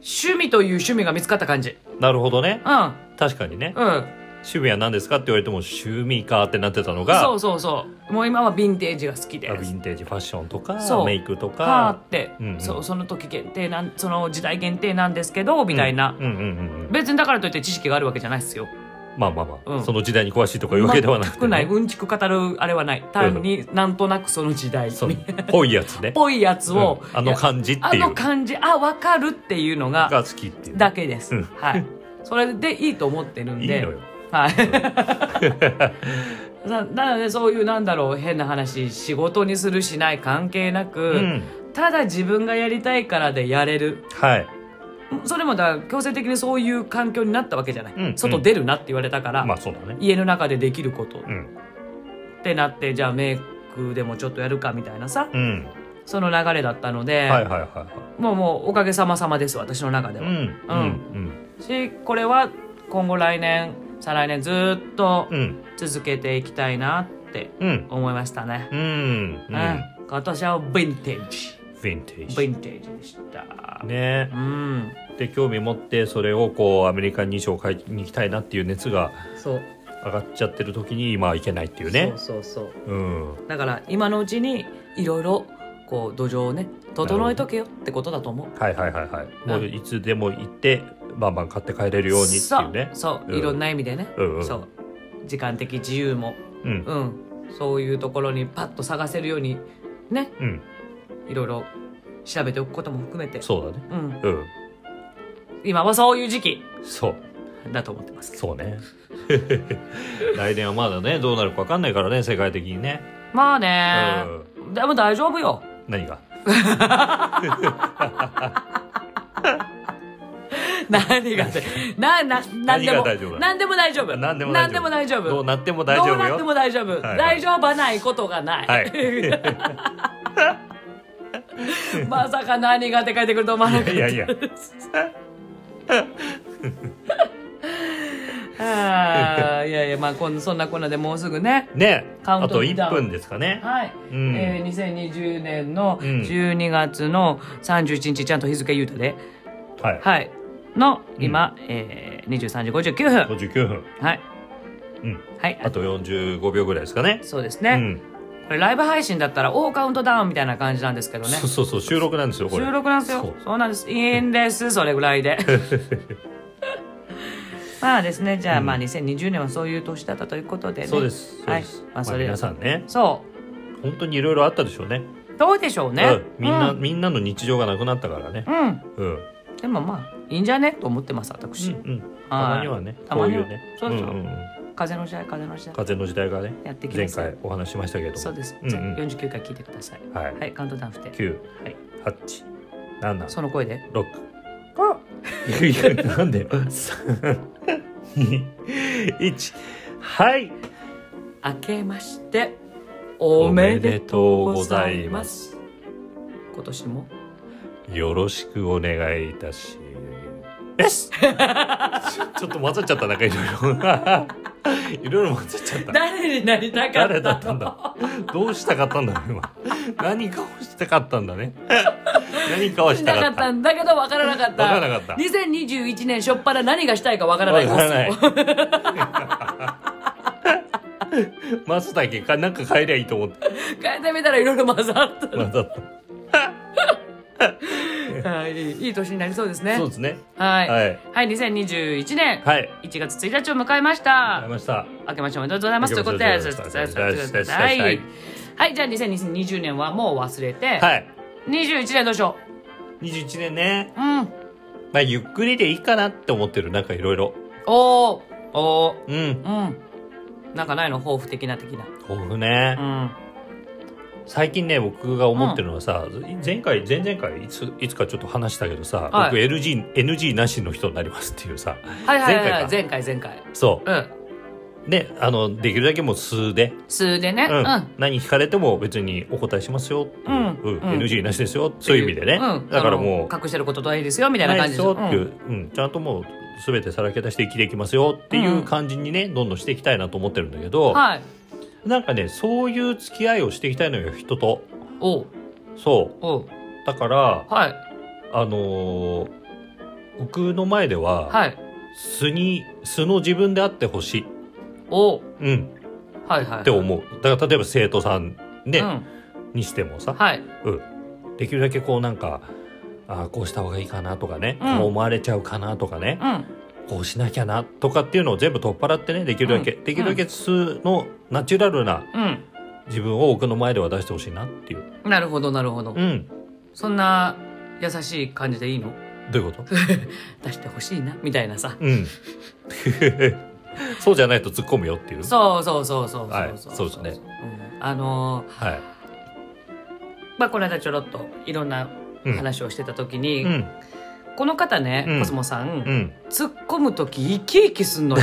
Speaker 1: 趣味という趣味が見つかった感じ
Speaker 2: なるほどね
Speaker 1: うん
Speaker 2: 確かにね
Speaker 1: うん
Speaker 2: 趣味は何ですかって言われても趣味かってなってたのが
Speaker 1: そうそうそうもう今はヴィンテージが好きで
Speaker 2: あヴィンテージファッションとか
Speaker 1: そう
Speaker 2: メイクと
Speaker 1: はあ
Speaker 2: か
Speaker 1: って、
Speaker 2: うんうん
Speaker 1: そうその時限定なんその時代限定なんですけどみたいな、
Speaker 2: うんうんうんうん
Speaker 1: 別にだからといって知識があるわけじゃないですよ
Speaker 2: まあまあまあ、
Speaker 1: うん
Speaker 2: その時代に詳しいとかいうわけではなくて、
Speaker 1: 全くないうんちく語るあれはない単になんとなくその時代っ
Speaker 2: そうぽいやつね
Speaker 1: ぽいやつを、
Speaker 2: うんあの感じって
Speaker 1: あ
Speaker 2: いう
Speaker 1: の感じあ分かるっていうのが
Speaker 2: が好きっていう
Speaker 1: だけです、
Speaker 2: うん
Speaker 1: はいそれでいいと思ってるん
Speaker 2: いい
Speaker 1: で
Speaker 2: のよ
Speaker 1: はい ななのでそういうなんだろう変な話仕事にするしない関係なく、
Speaker 2: うん
Speaker 1: ただ自分がやりたいからでやれる
Speaker 2: はい
Speaker 1: それもだから強制的にそういう環境になったわけじゃない、
Speaker 2: うん
Speaker 1: 外出るなって言われたから、
Speaker 2: まあそうだね
Speaker 1: 家の中でできることっ
Speaker 2: うん
Speaker 1: てなってじゃあメイクでもちょっとやるかみたいなさ、
Speaker 2: うん
Speaker 1: その流れだったので、
Speaker 2: はいはいはいは
Speaker 1: もうもうおかげさまさまです私の中で
Speaker 2: いうん
Speaker 1: は、
Speaker 2: うん
Speaker 1: しこれは今後来年再来年ずーっと
Speaker 2: うんうん
Speaker 1: 続けていきたいなって
Speaker 2: うん
Speaker 1: 思いましたね、
Speaker 2: うん
Speaker 1: う
Speaker 2: うんん
Speaker 1: 今年はヴィンテージ
Speaker 2: ヴィンテー
Speaker 1: ヴ
Speaker 2: ジ
Speaker 1: ィンテージでした、
Speaker 2: ね
Speaker 1: うん
Speaker 2: で興味持ってそれをこうアメリカに衣装買いに行きたいなっていう熱が
Speaker 1: そう
Speaker 2: 上がっちゃってる時に今はいけないっていうね
Speaker 1: そうそうそう
Speaker 2: うん
Speaker 1: だから今のうちにいろいろこう土壌をね整えとけよってことだと思う
Speaker 2: はいはいはいはい、もううんいつでも行ってバンバン買って帰れるようにっていうね
Speaker 1: そうそう、
Speaker 2: うん
Speaker 1: いろんな意味でね、
Speaker 2: うんうん
Speaker 1: そう時間的自由も
Speaker 2: うん
Speaker 1: うんそういうところにパッと探せるようにね
Speaker 2: うん
Speaker 1: いろいろ調べておくことも含めて
Speaker 2: そうだね
Speaker 1: うん、
Speaker 2: うん
Speaker 1: 今はそういう時期
Speaker 2: そう
Speaker 1: だと思ってますけど
Speaker 2: そうね 来年はまだねどうなるか分かんないからね世界的にね
Speaker 1: まあね、でも大丈夫 よ
Speaker 2: 何が
Speaker 1: 何がってなな何で
Speaker 2: 何が
Speaker 1: も
Speaker 2: 大丈夫
Speaker 1: 何でも大丈夫
Speaker 2: 何でも大丈
Speaker 1: 何でも大丈
Speaker 2: 夫
Speaker 1: 夫
Speaker 2: どうなっても大丈夫よ
Speaker 1: どうなっても大丈夫、
Speaker 2: はい
Speaker 1: 大丈夫はないことがない、
Speaker 2: はい
Speaker 1: まさか何がって書いてくると思わなかった
Speaker 2: いやいや
Speaker 1: あーいやいやまあこんそんなこんなでもうすぐね
Speaker 2: ね
Speaker 1: カウン
Speaker 2: あ
Speaker 1: ト
Speaker 2: と
Speaker 1: ダウン
Speaker 2: 1分ですかね
Speaker 1: はい、
Speaker 2: うん
Speaker 1: えー2020年の
Speaker 2: うん
Speaker 1: 12月の31日ちゃんと日付言うたで、
Speaker 2: はい
Speaker 1: はいの今、えー23時59分
Speaker 2: 59分
Speaker 1: はい
Speaker 2: うん
Speaker 1: はい
Speaker 2: あと45秒ぐらいですかね
Speaker 1: そうです
Speaker 2: う
Speaker 1: ね、
Speaker 2: ん
Speaker 1: これライブ配信だったら「オーカウントダウン」みたいな感じなんですけどね
Speaker 2: そうそうそう収録なんですよこれ
Speaker 1: 収録なんですよ
Speaker 2: そ
Speaker 1: そう
Speaker 2: う
Speaker 1: なんですいいんですそれぐら いでまあですねじゃあ、まあ2020年はそういう年だったということでね
Speaker 2: そうですそう
Speaker 1: は
Speaker 2: で
Speaker 1: い
Speaker 2: す、
Speaker 1: まあそ
Speaker 2: まあ
Speaker 1: れ、
Speaker 2: 皆さんね
Speaker 1: そ
Speaker 2: 本当にいろいろあったでしょうね
Speaker 1: うどうでしょうね、
Speaker 2: うんみんな、
Speaker 1: う
Speaker 2: みんなの日常がなくなったからね
Speaker 1: うん、
Speaker 2: うん
Speaker 1: でもまあいいんじゃねと思ってます私、
Speaker 2: うんうんたまにはね
Speaker 1: た
Speaker 2: こ
Speaker 1: ま
Speaker 2: う
Speaker 1: に
Speaker 2: い
Speaker 1: は
Speaker 2: うね
Speaker 1: そうそうん
Speaker 2: んん
Speaker 1: 風の時代風の時代
Speaker 2: 風の時代がね
Speaker 1: やってきま
Speaker 2: 前
Speaker 1: すよ
Speaker 2: 回お話ししましたけども
Speaker 1: そうです、
Speaker 2: うんう
Speaker 1: じゃあ
Speaker 2: ん
Speaker 1: 49回聞いてください
Speaker 2: はい
Speaker 1: はいカウントダウン不定
Speaker 2: 九
Speaker 1: はい
Speaker 2: 八七
Speaker 1: その声で
Speaker 2: 六
Speaker 3: 五
Speaker 2: いやいやなんで 三二一はい
Speaker 1: 明けましておめでとうございます今年も
Speaker 2: よろしくお願いいたします。 ちょっと混ざっちゃったなんかいろい ろいろいろ混ざっちゃった。
Speaker 1: 誰になりたか
Speaker 2: 誰
Speaker 1: っ
Speaker 2: だ
Speaker 1: た
Speaker 2: ったん
Speaker 1: と
Speaker 2: だどうしたかったんだろう今何かをしたかったんだね何かをし
Speaker 1: したなか
Speaker 2: かっ
Speaker 1: ったたんだけど分からなかった
Speaker 2: わからなかった
Speaker 1: 2021年初っ端何がしたいか分からな
Speaker 2: わ
Speaker 1: い
Speaker 2: からない
Speaker 1: です
Speaker 2: マスだけかなんか変えりゃいいと思って
Speaker 1: 変えてみたらいろいろ混ざった
Speaker 2: 混ざった
Speaker 1: はい、いいいい年になりそうですね
Speaker 2: そうですね。
Speaker 1: はいは、
Speaker 2: はいい。
Speaker 1: 2021年
Speaker 2: はい。
Speaker 1: 1月1日を迎えまし
Speaker 2: あ
Speaker 1: た
Speaker 2: りました。
Speaker 1: 明けましておめでとうございますということで
Speaker 2: 明けましておめでとうございます
Speaker 1: はいはいじゃあ2020年はもう忘れて、
Speaker 2: はい。
Speaker 1: 21年どうしよ
Speaker 2: 21年ね。
Speaker 1: ううん
Speaker 2: まあ、ゆっくりでいいかなって思ってる。なんかいろいろ。
Speaker 1: おーお
Speaker 2: うん。
Speaker 1: ーうんなんかないの抱負的な的な
Speaker 2: 豊富ね
Speaker 1: う。ん
Speaker 2: 最近ね、僕が思ってるのはさ、前回、前々回、いつ、いつかちょっと話したけどさ、
Speaker 1: はい
Speaker 2: 僕 LG、NG なしの人になりますっていうさ、
Speaker 1: はいはいはい
Speaker 2: 前
Speaker 1: 前回前回
Speaker 2: そ
Speaker 1: うん
Speaker 2: う。ね、あの、できるだけもう素で、
Speaker 1: 数でね
Speaker 2: う
Speaker 1: うんん、
Speaker 2: 何聞かれても別にお答えしますよってい
Speaker 1: う
Speaker 2: う、
Speaker 1: ん
Speaker 2: う
Speaker 1: う
Speaker 2: ん
Speaker 1: ん
Speaker 2: NG なしですよそういう意味でね、
Speaker 1: うん
Speaker 2: だからも
Speaker 1: あの
Speaker 2: う
Speaker 1: 隠してることないですよみたいな
Speaker 2: な
Speaker 1: 感
Speaker 2: い
Speaker 1: じ
Speaker 2: で
Speaker 1: ですす
Speaker 2: よっていうう、うんちゃんともう全てさらけ出して生きていきますよっていう感じにね、どんどんしていきたいなと思ってるんだけど、
Speaker 1: んはい
Speaker 2: なんかねそういう付き合いをしていきたいのよ人と
Speaker 1: おう
Speaker 2: そう
Speaker 1: おう
Speaker 2: だから
Speaker 1: はい
Speaker 2: あのー僕の前では、
Speaker 1: はい
Speaker 2: 素に素の自分であってほしい、
Speaker 1: おう
Speaker 2: うん、
Speaker 1: はいはい
Speaker 2: って思うだから例えば生徒さんね、
Speaker 1: うん
Speaker 2: にしてもさ、
Speaker 1: はい
Speaker 2: うん、できるだけこうなんかあーこうした方がいいかなとかね、
Speaker 1: うん
Speaker 2: こう思われちゃうかなとかね、
Speaker 1: うん
Speaker 2: こうしなきゃなとかっていうのを全部取っ払ってねできるだけ、
Speaker 1: うん
Speaker 2: できるだけ素のナチュラルな
Speaker 1: うん
Speaker 2: 自分を奥の前では出してほしいなっていう、
Speaker 1: なるほどなるほど
Speaker 2: うん、
Speaker 1: そんな優しい感じでいいの
Speaker 2: どういうこと、
Speaker 1: 出してほしいなみたいなさ
Speaker 2: うん、 そうじゃないと突っ込むよっていう
Speaker 1: そうそうそうそうそう
Speaker 2: はいそうで
Speaker 1: ね
Speaker 2: す
Speaker 1: あのー
Speaker 2: はい
Speaker 1: まあこの間ちょろっといろんな
Speaker 2: うん
Speaker 1: 話をしてた時に、
Speaker 2: うん
Speaker 1: この方ね、
Speaker 2: うん
Speaker 1: コスモさん、
Speaker 2: うん
Speaker 1: 突っ込む時生き生きすんのよ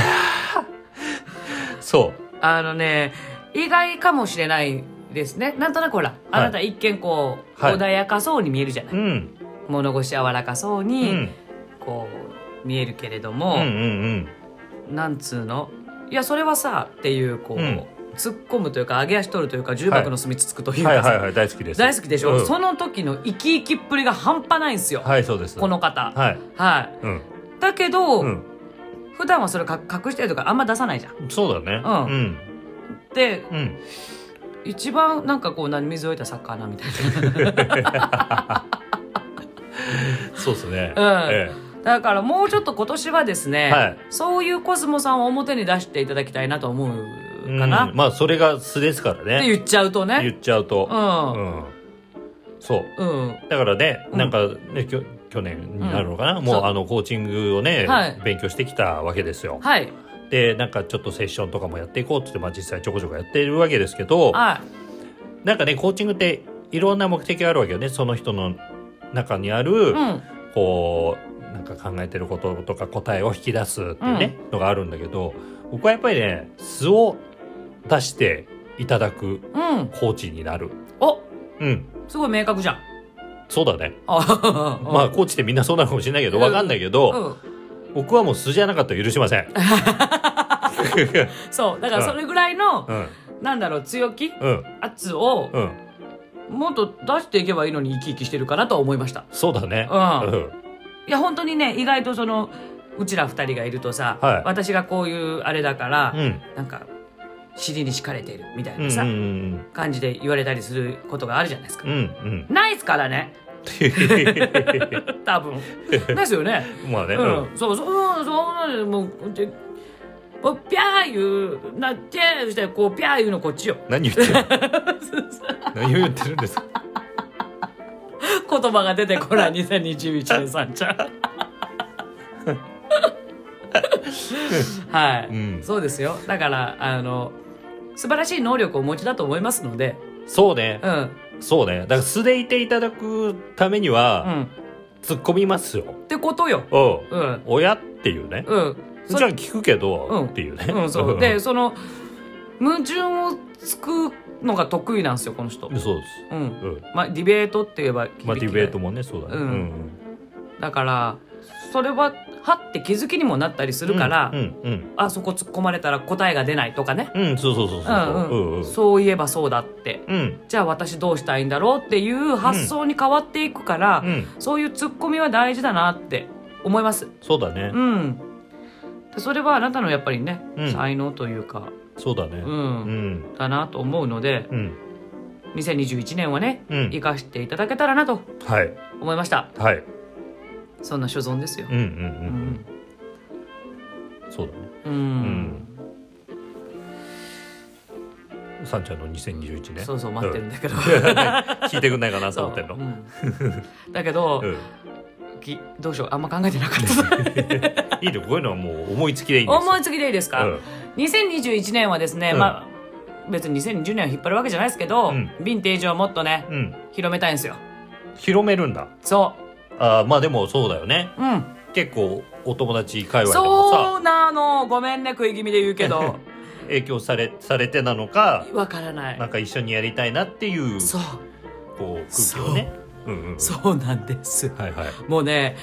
Speaker 2: そ
Speaker 1: あのね意外かもしれないですねなんとなくほら、あなた一見こう、
Speaker 2: はい
Speaker 1: 穏やかそうに見えるじゃな
Speaker 2: う
Speaker 1: い、
Speaker 2: うん
Speaker 1: 物腰柔らかそう
Speaker 2: うん
Speaker 1: に、こう見えるけれど
Speaker 2: うんう
Speaker 1: も、
Speaker 2: ん
Speaker 1: なんつうのいやそれはさっていうこう、
Speaker 2: うん
Speaker 1: 突っ込むというか上げ足取るというか重
Speaker 2: は
Speaker 1: 箱
Speaker 2: い
Speaker 1: の隅つつくといううんか
Speaker 2: は
Speaker 1: さ、
Speaker 2: いはいはい大好きです
Speaker 1: 大好きでしょ、
Speaker 2: うん
Speaker 1: その時の生き生きっぷりが半端ないんですよ、
Speaker 2: はいそうです
Speaker 1: この方はい、
Speaker 2: はいうん
Speaker 1: だけど、
Speaker 2: うん
Speaker 1: 普段はそれか隠してるとかあんま出さないじゃん
Speaker 2: そうだね
Speaker 1: うん
Speaker 2: うん
Speaker 1: で
Speaker 2: うん
Speaker 1: 一番なんかこう何水を得た魚みたい
Speaker 2: そうですね。
Speaker 1: うん
Speaker 2: え
Speaker 1: な だからもうちょっと今年はですね、
Speaker 2: はい
Speaker 1: そういうコスモさんを表に出していただきたいなと思う
Speaker 2: え
Speaker 1: かな、
Speaker 2: うん
Speaker 1: っ
Speaker 2: まあそれが素ですから
Speaker 1: て
Speaker 2: ね。
Speaker 1: 言っちゃうと
Speaker 2: 言
Speaker 1: ね
Speaker 2: っちゃうと。
Speaker 1: うん
Speaker 2: うんそ
Speaker 1: う
Speaker 2: う。
Speaker 1: ん
Speaker 2: だからね、
Speaker 1: うん
Speaker 2: なんかね、きょ去年になるのかな、
Speaker 1: うん
Speaker 2: もう
Speaker 1: そう
Speaker 2: あのコーチングをね、
Speaker 1: はい
Speaker 2: 勉強してきたわけですよ。
Speaker 1: はい
Speaker 2: で、なんかちょっとセッションとかもやっていこうってって、まあ実際ちょこちょこやってるわけですけど、
Speaker 1: はい
Speaker 2: なんかね、コーチングっていろんな目的があるわけよね。その人の中にある、
Speaker 1: うん
Speaker 2: こうなんか考えてることとか答えを引き出すっていうね、のがあるんだけど僕はやっぱりね素を出していただく
Speaker 1: うん
Speaker 2: コーチになる
Speaker 1: お
Speaker 2: うん
Speaker 1: すごい明確じゃん
Speaker 2: そうだね
Speaker 1: あ
Speaker 2: まあコーチってみんなそうなのかもしれないけど
Speaker 1: うん
Speaker 2: わかんないけ
Speaker 1: う
Speaker 2: ど、
Speaker 1: ん、
Speaker 2: 僕はもう素じゃなかったら許しませ ん
Speaker 1: そうだからそれぐらいの、
Speaker 2: うん
Speaker 1: なんだろう強気
Speaker 2: うん
Speaker 1: 圧を
Speaker 2: うん
Speaker 1: もっと出していけばいいのに生き生きしてるかなとは思いました
Speaker 2: そうだね
Speaker 1: うん
Speaker 2: うん
Speaker 1: いや本当にね意外とそのうちら二人がいるとさ、
Speaker 2: はい
Speaker 1: 私がこういうあれだから、
Speaker 2: うん
Speaker 1: なんか尻に敷かれてるみたい
Speaker 2: うん
Speaker 1: な
Speaker 2: うん
Speaker 1: さ、
Speaker 2: うん
Speaker 1: 感じで言われたりすることがあるじゃないですか、
Speaker 2: うん うん
Speaker 1: ないっすからね多 分ですよね
Speaker 2: まあね、うん
Speaker 1: うん、そうそうそうそうもうでもうピャー言うなってしてこうピャー言うのこっちよ
Speaker 2: 何言って る何を言ってるんですか
Speaker 1: 言葉が出てこ ない2021年さんちゃんはい、
Speaker 2: うん
Speaker 1: そうですよだからあの素晴らしい能力をお持ちだと思いますので
Speaker 2: そうね
Speaker 1: う、ん
Speaker 2: そうねだから素でいていただくためには、
Speaker 1: うん
Speaker 2: 突っ込みますよ。
Speaker 1: ってことよ
Speaker 2: おう
Speaker 1: うん
Speaker 2: 親っていうね。
Speaker 1: うんそ
Speaker 2: じゃあ聞くけど、
Speaker 1: うん
Speaker 2: っていうね。
Speaker 1: うんそうでその矛盾をつくのが得意なんですよこの人
Speaker 2: そうです。
Speaker 1: うん
Speaker 2: うん。
Speaker 1: まあディベートって言えば響き
Speaker 2: まあ
Speaker 1: が
Speaker 2: ディベートもね、そうだね。
Speaker 1: う
Speaker 2: うんん
Speaker 1: だからそれははって気づきにもなったりす
Speaker 2: うん。
Speaker 1: るから、
Speaker 2: うんうん
Speaker 1: あそこ突っ込まれたら答えが出ないとかね、
Speaker 2: うん。うん、そうそうそう
Speaker 1: う
Speaker 2: そ
Speaker 1: ん
Speaker 2: う。
Speaker 1: うん
Speaker 2: うんうん。
Speaker 1: そういえばそうだって
Speaker 2: うん
Speaker 1: じゃあ私どうしたいんだろうっていう発想に変わっていくから、
Speaker 2: うん。
Speaker 1: そういうツッコミは大事だなって思います
Speaker 2: そうだね
Speaker 1: う。んでそれはあなたのやっぱりね、
Speaker 2: うん
Speaker 1: 才能というか
Speaker 2: そうだね。
Speaker 1: う、
Speaker 2: うんん。
Speaker 1: だなと思うので
Speaker 2: うん。
Speaker 1: 2021年はね、
Speaker 2: うん
Speaker 1: 生かしていただけたらなと
Speaker 2: はい
Speaker 1: 思いました
Speaker 2: はい
Speaker 1: そんな所存ですよ
Speaker 2: うんうん
Speaker 1: う
Speaker 2: うん
Speaker 1: ん、
Speaker 2: うんそうだね
Speaker 1: うん
Speaker 2: さんちゃんの2021 年
Speaker 1: そうそう待ってるんだけど、
Speaker 2: 聞いてくん ないかなと思ってん の
Speaker 1: そう うんだけど、
Speaker 2: うん
Speaker 1: きどうしようあんま考えてなかった
Speaker 2: いいのこういうのはもう思いつきでいいんですよ
Speaker 1: 思いつきでいいですか、2021年はですね、
Speaker 2: うん
Speaker 1: まあ別に2020年を引っ張るわけじゃないですけど、
Speaker 2: うん
Speaker 1: ヴィンテージをもっとね
Speaker 2: うん、うん、
Speaker 1: 広めたいんですよ
Speaker 2: 広めるんだ
Speaker 1: そ
Speaker 2: あーまあでもそうだよね
Speaker 1: ううん
Speaker 2: 結構お友達界隈でも
Speaker 1: そ
Speaker 2: さ
Speaker 1: うなのごめんね食い気味で言うけど
Speaker 2: 影響されされてなのか
Speaker 1: わからな
Speaker 2: なん
Speaker 1: い
Speaker 2: か一緒にやりたいなっていう
Speaker 1: そう
Speaker 2: こう空気をねうんうんうん
Speaker 1: そうなんです
Speaker 2: はいはい
Speaker 1: もうね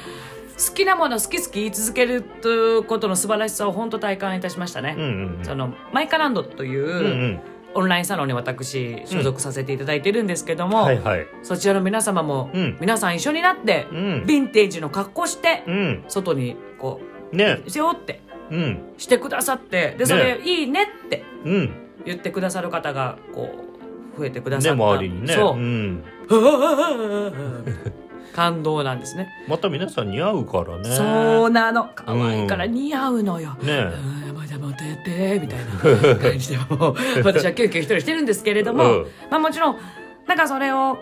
Speaker 1: 好きなもの好き好き言い続けるということの素晴らしさを本当体感いたしましたね、
Speaker 2: うんうんうん
Speaker 1: そのマイカランドという、
Speaker 2: うんうん
Speaker 1: オンラインサロンに私所属させていただいてるんですけども、
Speaker 2: はいはい
Speaker 1: そちらの皆様も、
Speaker 2: うん
Speaker 1: 皆さん一緒になって、
Speaker 2: う
Speaker 1: ヴ
Speaker 2: ん
Speaker 1: ィンテージの格好して、
Speaker 2: うん
Speaker 1: 外にこ
Speaker 2: ね
Speaker 1: う背負って
Speaker 2: うん
Speaker 1: してくださってでそれ、いいねって
Speaker 2: うん
Speaker 1: 言ってくださる方がこう増えてくだ
Speaker 2: ね
Speaker 1: さった、
Speaker 2: 周りにね
Speaker 1: そう、
Speaker 2: ん
Speaker 1: 感動なんですね
Speaker 2: また皆さん似合うからね
Speaker 1: そうなの可愛いから似合うのよ、
Speaker 2: ねえ
Speaker 1: うんまだまだやってみたいな感じでも う私はキュンキュン一人してるんですけれども、
Speaker 2: うん
Speaker 1: まあもちろんなんかそれを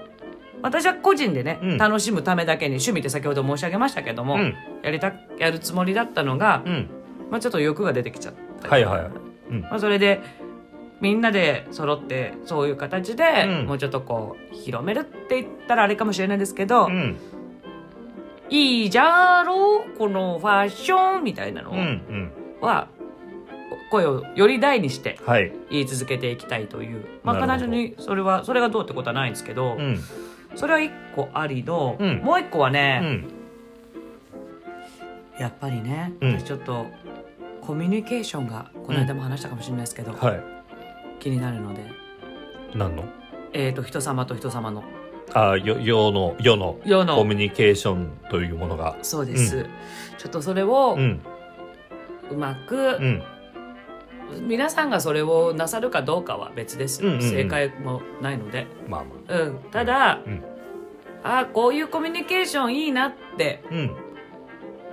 Speaker 1: 私は個人でね、
Speaker 2: うん
Speaker 1: 楽しむためだけに趣味って先ほど申し上げましたけども、
Speaker 2: うん
Speaker 1: やりたやるつもりだったのが、
Speaker 2: うん
Speaker 1: まあ、ちょっと欲が出てきちゃったり
Speaker 2: はいはいうん
Speaker 1: まあ、それでみんなで揃ってそういう形で、
Speaker 2: うん
Speaker 1: もうちょっとこう広めるって言ったらあれかもしれないですけど、
Speaker 2: うん
Speaker 1: いいじゃろうこのファッションみたいなのを
Speaker 2: うんうん
Speaker 1: は声をより大にして
Speaker 2: はい
Speaker 1: 言い続けていきたいというまあ
Speaker 2: な
Speaker 1: 彼女
Speaker 2: るほど
Speaker 1: にそれはそれがどうってことはないんですけど、
Speaker 2: うん
Speaker 1: それは一個ありの、
Speaker 2: うん
Speaker 1: もう一個は
Speaker 2: う
Speaker 1: ね、
Speaker 2: ん
Speaker 1: やっぱりね、
Speaker 2: うん
Speaker 1: 私ちょっとコミュニケーションがこの間も話したかもしれないですけど、
Speaker 2: は
Speaker 1: 気になるので、
Speaker 2: い何の
Speaker 1: えー、と人様と人様の
Speaker 2: あよ世の世の
Speaker 1: 世の
Speaker 2: コミュニケーションというものが
Speaker 1: そうです、
Speaker 2: う
Speaker 1: ちょっとそれを
Speaker 2: うん
Speaker 1: うまく、
Speaker 2: うん
Speaker 1: 皆さんがそれをなさるかどうかは別です、
Speaker 2: うんうんうん
Speaker 1: 正解もないので、
Speaker 2: まあま
Speaker 1: うん、ただ、
Speaker 2: うん
Speaker 1: ああこういうコミュニケーションいいなって
Speaker 2: あうん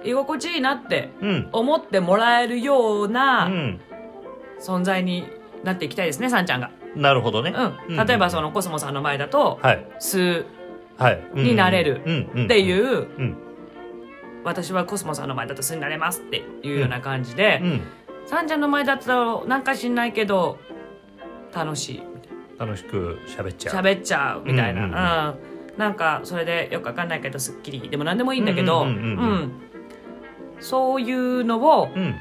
Speaker 1: 居心地いいなって
Speaker 2: うん
Speaker 1: 思ってもらえるよう
Speaker 2: う
Speaker 1: なん存在になっていきたいですねさんちゃんが、
Speaker 2: なるほどね
Speaker 1: うん、例えばそのコスモさんの前だと
Speaker 2: はい
Speaker 1: 「す」
Speaker 2: はいうん
Speaker 1: になれる
Speaker 2: うんうん
Speaker 1: っていうう、
Speaker 2: ん
Speaker 1: 私はコスモさんの前だと「す」になれますっていうような感じで、
Speaker 2: うん
Speaker 1: さんちゃんの前だとなんか知んないけど楽しい
Speaker 2: 楽しく喋っちゃう
Speaker 1: 喋っちゃうみたいな、
Speaker 2: う
Speaker 1: うんん
Speaker 2: うん
Speaker 1: なんかそれでよくわかんないけどすっきりでも何でもいいんだけど
Speaker 2: う
Speaker 1: うんん
Speaker 2: うんうんうん
Speaker 1: そういうのを
Speaker 2: うん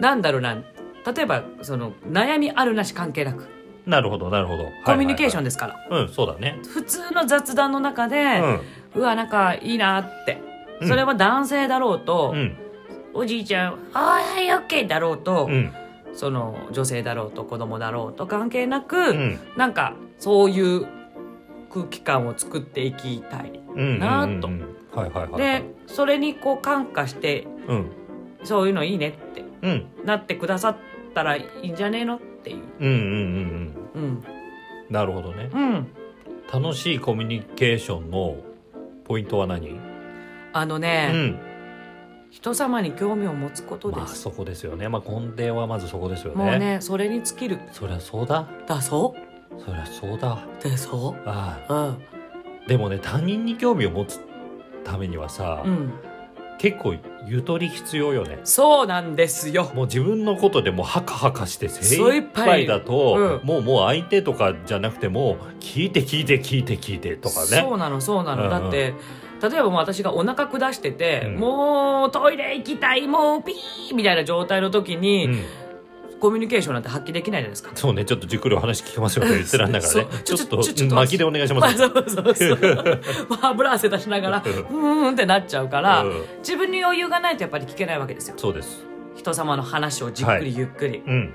Speaker 1: なんだろうな例えばその悩みあるなし関係なく
Speaker 2: なるほどなるほど
Speaker 1: コミュニケーション
Speaker 2: で
Speaker 1: ですから、
Speaker 2: うんそうだね
Speaker 1: 普通の雑談の中
Speaker 2: う
Speaker 1: で、
Speaker 2: ん
Speaker 1: うわなんかいいなって
Speaker 2: うん
Speaker 1: それは男性だろうと、
Speaker 2: うん
Speaker 1: おじいちゃん「あーはいオッケー」だろうと、
Speaker 2: うん
Speaker 1: その女性だろうと子供だろうと関係なく、
Speaker 2: うん
Speaker 1: なんかそういう空気感を作っていきたい。
Speaker 2: うん
Speaker 1: なーっと
Speaker 2: うんはいはいはいはい
Speaker 1: でそれにこう感化して
Speaker 2: うん
Speaker 1: そういうのいいねって
Speaker 2: うん
Speaker 1: なってくださったらいいんじゃねえのっていう。
Speaker 2: うんうんうん
Speaker 1: うん
Speaker 2: うんなるほどね
Speaker 1: うん、
Speaker 2: 楽しいコミュニケーションのポイントは何
Speaker 1: あの
Speaker 2: う
Speaker 1: ね、
Speaker 2: ん
Speaker 1: 人様に興味を持つこと
Speaker 2: ま
Speaker 1: で
Speaker 2: あ
Speaker 1: す。
Speaker 2: そこですよねまあ根底はまずそこですよね
Speaker 1: もうねそれに尽きる
Speaker 2: そりゃそうだ
Speaker 1: だそう
Speaker 2: そりゃそうだ
Speaker 1: でそ
Speaker 2: あ
Speaker 1: ううん
Speaker 2: あでもね他人に興味を持つためにはさ、
Speaker 1: うん
Speaker 2: 結構ゆとり必要よね
Speaker 1: そうなんですよ
Speaker 2: もう自分のことでもうハカハカして精
Speaker 1: そうい
Speaker 2: 一
Speaker 1: っぱい
Speaker 2: 杯だと、
Speaker 1: うん
Speaker 2: もうもう相手とかじゃなくても聞いて聞いて聞いて聞いてとかね
Speaker 1: そうなのそうなの、
Speaker 2: うんうん
Speaker 1: だって例えばもう私がお腹下してて、
Speaker 2: うん
Speaker 1: もうトイレ行きたいもうピーみたいな状態の時に、
Speaker 2: うん
Speaker 1: コミュニケーションなんて発揮できないじゃないですか。
Speaker 2: そうねちょっとじっくりお話聞きますよって言ってらんだからね
Speaker 1: そう
Speaker 2: ち
Speaker 1: ち
Speaker 2: ょ
Speaker 1: ょ
Speaker 2: っ
Speaker 1: ちょち
Speaker 2: と
Speaker 1: ょ
Speaker 2: 巻きでお願いし
Speaker 1: ま
Speaker 2: ま
Speaker 1: あ、
Speaker 2: す、
Speaker 1: そうそうそう。まあ、油汗出しながら、うーんってなっちゃうから、
Speaker 2: うん
Speaker 1: 自分に余裕がないとやっぱり聞けないわけですよ。
Speaker 2: そうです
Speaker 1: 人様の話をじっくりゆっくり。
Speaker 2: うん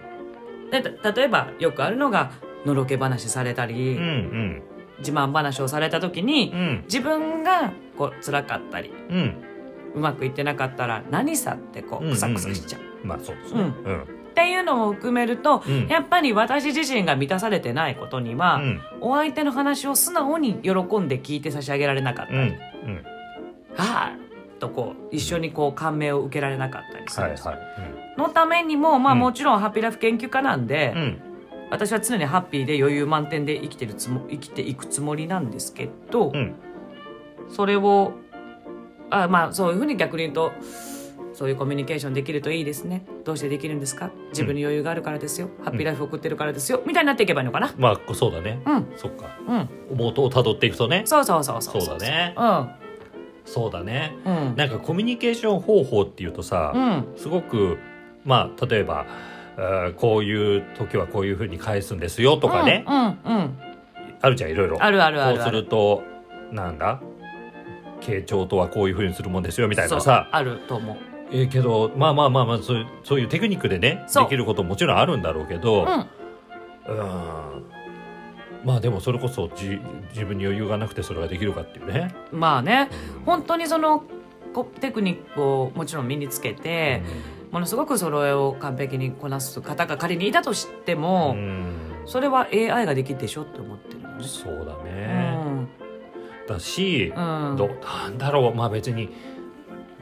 Speaker 1: でた例えば、よくあるのが、のろけ話されたり、
Speaker 2: うん
Speaker 1: 自慢話をされた時に、
Speaker 2: うんうん
Speaker 1: 自分がこう辛かったり、
Speaker 2: うん
Speaker 1: うまくいってなかったら、何さってこ
Speaker 2: うんうん
Speaker 1: う、クサクサしちゃう。
Speaker 2: まあそうですね
Speaker 1: うん
Speaker 2: うん
Speaker 1: でっていうのを含めると、
Speaker 2: うん
Speaker 1: やっぱり私自身が満たされてないことには、
Speaker 2: うん
Speaker 1: お相手の話を素直に喜んで聞いて差し上げられなかった
Speaker 2: う
Speaker 1: り、
Speaker 2: んうん
Speaker 1: ああとこう一緒にこう感銘を受けられなかったりする
Speaker 2: は
Speaker 1: ん
Speaker 2: い
Speaker 1: ですよ、
Speaker 2: はい
Speaker 1: のためにも、まあ、
Speaker 2: うん
Speaker 1: もちろんハッピーライフ研究家なんで、
Speaker 2: うんうん
Speaker 1: 私は常にハッピーで余裕満点で生きてるつも生きていくつもりなんですけど、
Speaker 2: うん
Speaker 1: それをあまあそういうふうに逆に言うとそういうコミュニケーションできるといいですねどうしてできるんですか自分に余裕があるからですよ、ハッピーライフ送ってるからですよみたいになっていけばいいのかな
Speaker 2: まあそうだね
Speaker 1: うん
Speaker 2: そっか
Speaker 1: うん
Speaker 2: 元をたどっていくとね
Speaker 1: そうそうそうそう
Speaker 2: そうだね
Speaker 1: う
Speaker 2: そうだね
Speaker 1: んうん
Speaker 2: なんかコミュニケーション方法っていうとさ
Speaker 1: うん
Speaker 2: すごくまあ例えばえーこういう時はこういうふうに返すんですよとかね
Speaker 1: うんうんうん
Speaker 2: あるじゃんいろいろ
Speaker 1: あるあるあるある
Speaker 2: こうするとなんだ傾聴とはこういうふうにするもんですよみたいな
Speaker 1: そう
Speaker 2: さ
Speaker 1: あると思う
Speaker 2: えーけどまあまあまあまあそういうそういうテクニックでね
Speaker 1: そう
Speaker 2: できることももちろんあるんだろうけ
Speaker 1: う
Speaker 2: ど、
Speaker 1: ん
Speaker 2: うーんまあでもそれこそじ自分に余裕がなくてそれができるかっていうね。
Speaker 1: まあね本当にそのこテクニックをもちろん身につけて、ものすごくそれを完璧にこなす方が仮にいたとして
Speaker 2: う
Speaker 1: も、
Speaker 2: ん
Speaker 1: それは AI ができるでしょって思ってるのね。
Speaker 2: そうだ
Speaker 1: う
Speaker 2: ね、
Speaker 1: ん
Speaker 2: だし、
Speaker 1: うん
Speaker 2: どなんだろうまあ別に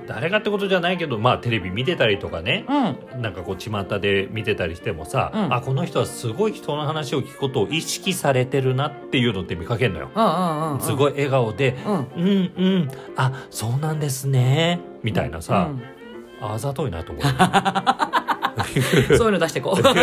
Speaker 2: 誰がってことじゃないけどまあテレビ見てたりとかね、
Speaker 1: うん
Speaker 2: なんかこう巷で見てたりしてもさ、
Speaker 1: うん
Speaker 2: あこの人はすごい人の話を聞くことを意識されてるなっていうのって見かけるのよ。
Speaker 1: うんうんうん
Speaker 2: すごい笑顔で
Speaker 1: うんうん
Speaker 2: うんうんあそうなんですねみたいなさ、あざといなと思うよね
Speaker 1: うんそういうの出してこう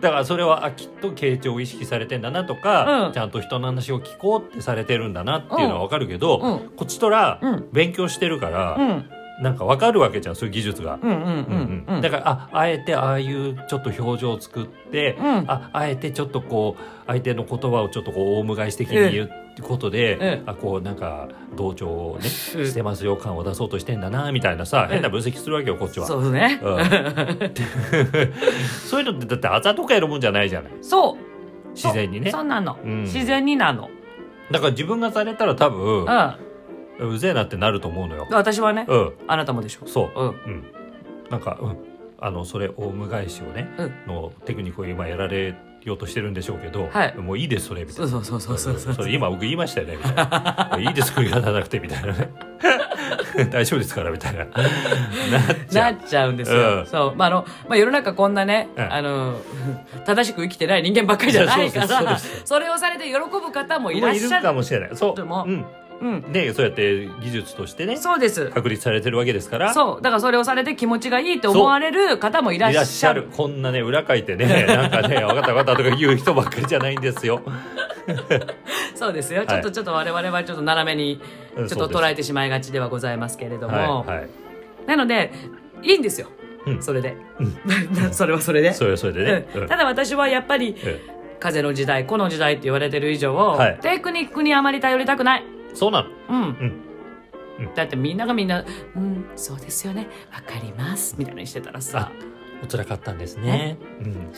Speaker 2: だからそれはあきっと傾聴を意識されてんだなとか、
Speaker 1: うん
Speaker 2: ちゃんと人の話を聞こうってされてるんだなっていうのはわかるけど、
Speaker 1: うん
Speaker 2: こっちとら
Speaker 1: うん
Speaker 2: 勉強してるから、
Speaker 1: うん
Speaker 2: なんかわかるわけじゃんそういう技術が。
Speaker 1: うんうんうん
Speaker 2: うん
Speaker 1: う
Speaker 2: うんん、だからああえてああいうちょっと表情を作って、
Speaker 1: うん
Speaker 2: ああえてちょっとこう相手の言葉をちょっとこう大無害し的に言うってことで、
Speaker 1: ええ
Speaker 2: あこうなんか同調をね
Speaker 1: ええ
Speaker 2: してますよ感を出そうとしてんだなみたいなさ
Speaker 1: ええ
Speaker 2: 変な分析するわけよこっちは。
Speaker 1: そうね、
Speaker 2: うんそういうのってだってあざとかやるもんじゃないじゃない
Speaker 1: そう
Speaker 2: 自然にね
Speaker 1: そうなの、
Speaker 2: うん
Speaker 1: 自然になの
Speaker 2: だから自分がされたら多分
Speaker 1: う
Speaker 2: うぜえなってなると思うのよ
Speaker 1: ん私はね、
Speaker 2: うん
Speaker 1: あなたもでしょ
Speaker 2: そう
Speaker 1: うん
Speaker 2: うんなんかうんあのそれオウム返しをね
Speaker 1: うん
Speaker 2: のテクニックを今やられようとしてるんでしょうけど
Speaker 1: はい
Speaker 2: もういいですそれみた
Speaker 1: そ
Speaker 2: いうな
Speaker 1: そうそうそうそうそう
Speaker 2: それ今僕言いましたよねみたいないいですこれやらなくてみたい なね大丈夫ですからみたいななっちゃ
Speaker 1: な
Speaker 2: う
Speaker 1: っちゃうんですよ。
Speaker 2: うん
Speaker 1: そう。まあ、あの、まあ、世の中こんなね、
Speaker 2: うん
Speaker 1: あの、 正しく生きてない人間ばっかりじゃないか
Speaker 2: いやそうで
Speaker 1: ら、
Speaker 2: すそうです
Speaker 1: それをされて喜ぶ方もいらっし
Speaker 2: もう
Speaker 1: ゃ
Speaker 2: るか
Speaker 1: る。
Speaker 2: もしれないそう
Speaker 1: でも
Speaker 2: うん
Speaker 1: うん。
Speaker 2: ねそうやって技術としてね
Speaker 1: そうです。
Speaker 2: 確立されてるわけですから
Speaker 1: そう。だからそれをされて気持ちがいいと思われる方もいらっ
Speaker 2: いらっ
Speaker 1: し
Speaker 2: しゃ
Speaker 1: ゃ
Speaker 2: る
Speaker 1: る。
Speaker 2: こんなね裏書いて ねなんかね分かった分かったとか言う人ばっかりじゃないんですよ
Speaker 1: そうですよ。ちょっと、
Speaker 2: はい
Speaker 1: ちょっと我々はちょっと斜めに、 ちょ
Speaker 2: う
Speaker 1: っ
Speaker 2: ん
Speaker 1: と
Speaker 2: そうで
Speaker 1: 捉えてしまいがちではございますけれども。
Speaker 2: はいはい
Speaker 1: なので、いいんですよ。
Speaker 2: うん
Speaker 1: それで。 それはそれで。
Speaker 2: それはそれでね、
Speaker 1: う
Speaker 2: うんん
Speaker 1: ただ私はやっぱり、
Speaker 2: う
Speaker 1: 風の時代、この時代って言われてる以上、
Speaker 2: はい
Speaker 1: テクニックにあまり頼りたくない。
Speaker 2: んそうなの
Speaker 1: うん。
Speaker 2: うん
Speaker 1: だってみんながみんな、うん、そうですよね、わかります、みたいにしてたらさ
Speaker 2: あ、おつらかったんですねうん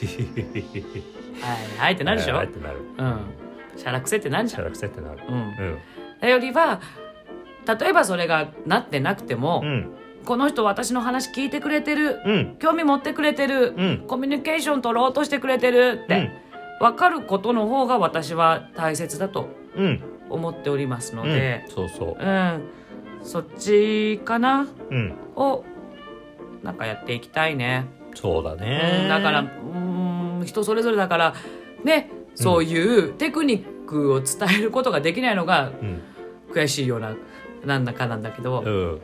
Speaker 1: はいはいってなるでしょ、
Speaker 2: はいってなる
Speaker 1: うん。しゃらくせってなんじ
Speaker 2: し
Speaker 1: ゃ
Speaker 2: ゃ
Speaker 1: ん。
Speaker 2: らくせってなる
Speaker 1: うん。
Speaker 2: うん
Speaker 1: だよりは、例えばそれがなってなくても、
Speaker 2: うん
Speaker 1: この人私の話聞いてくれてる、
Speaker 2: うん
Speaker 1: 興味持ってくれてる、
Speaker 2: うん
Speaker 1: コミュニケーション取ろうとしてくれてるって、わかることの方が私は大切だと
Speaker 2: うん
Speaker 1: 思っておりますの
Speaker 2: うん
Speaker 1: で、
Speaker 2: そうそう
Speaker 1: うん、そっちかな
Speaker 2: うん
Speaker 1: をなんかやっていきたいね、
Speaker 2: そうだね
Speaker 1: うんだからうーん人それぞれだからねそういうテクニックを伝えることができないのが
Speaker 2: うん
Speaker 1: 悔しいようななんだかなんだけど、
Speaker 2: うん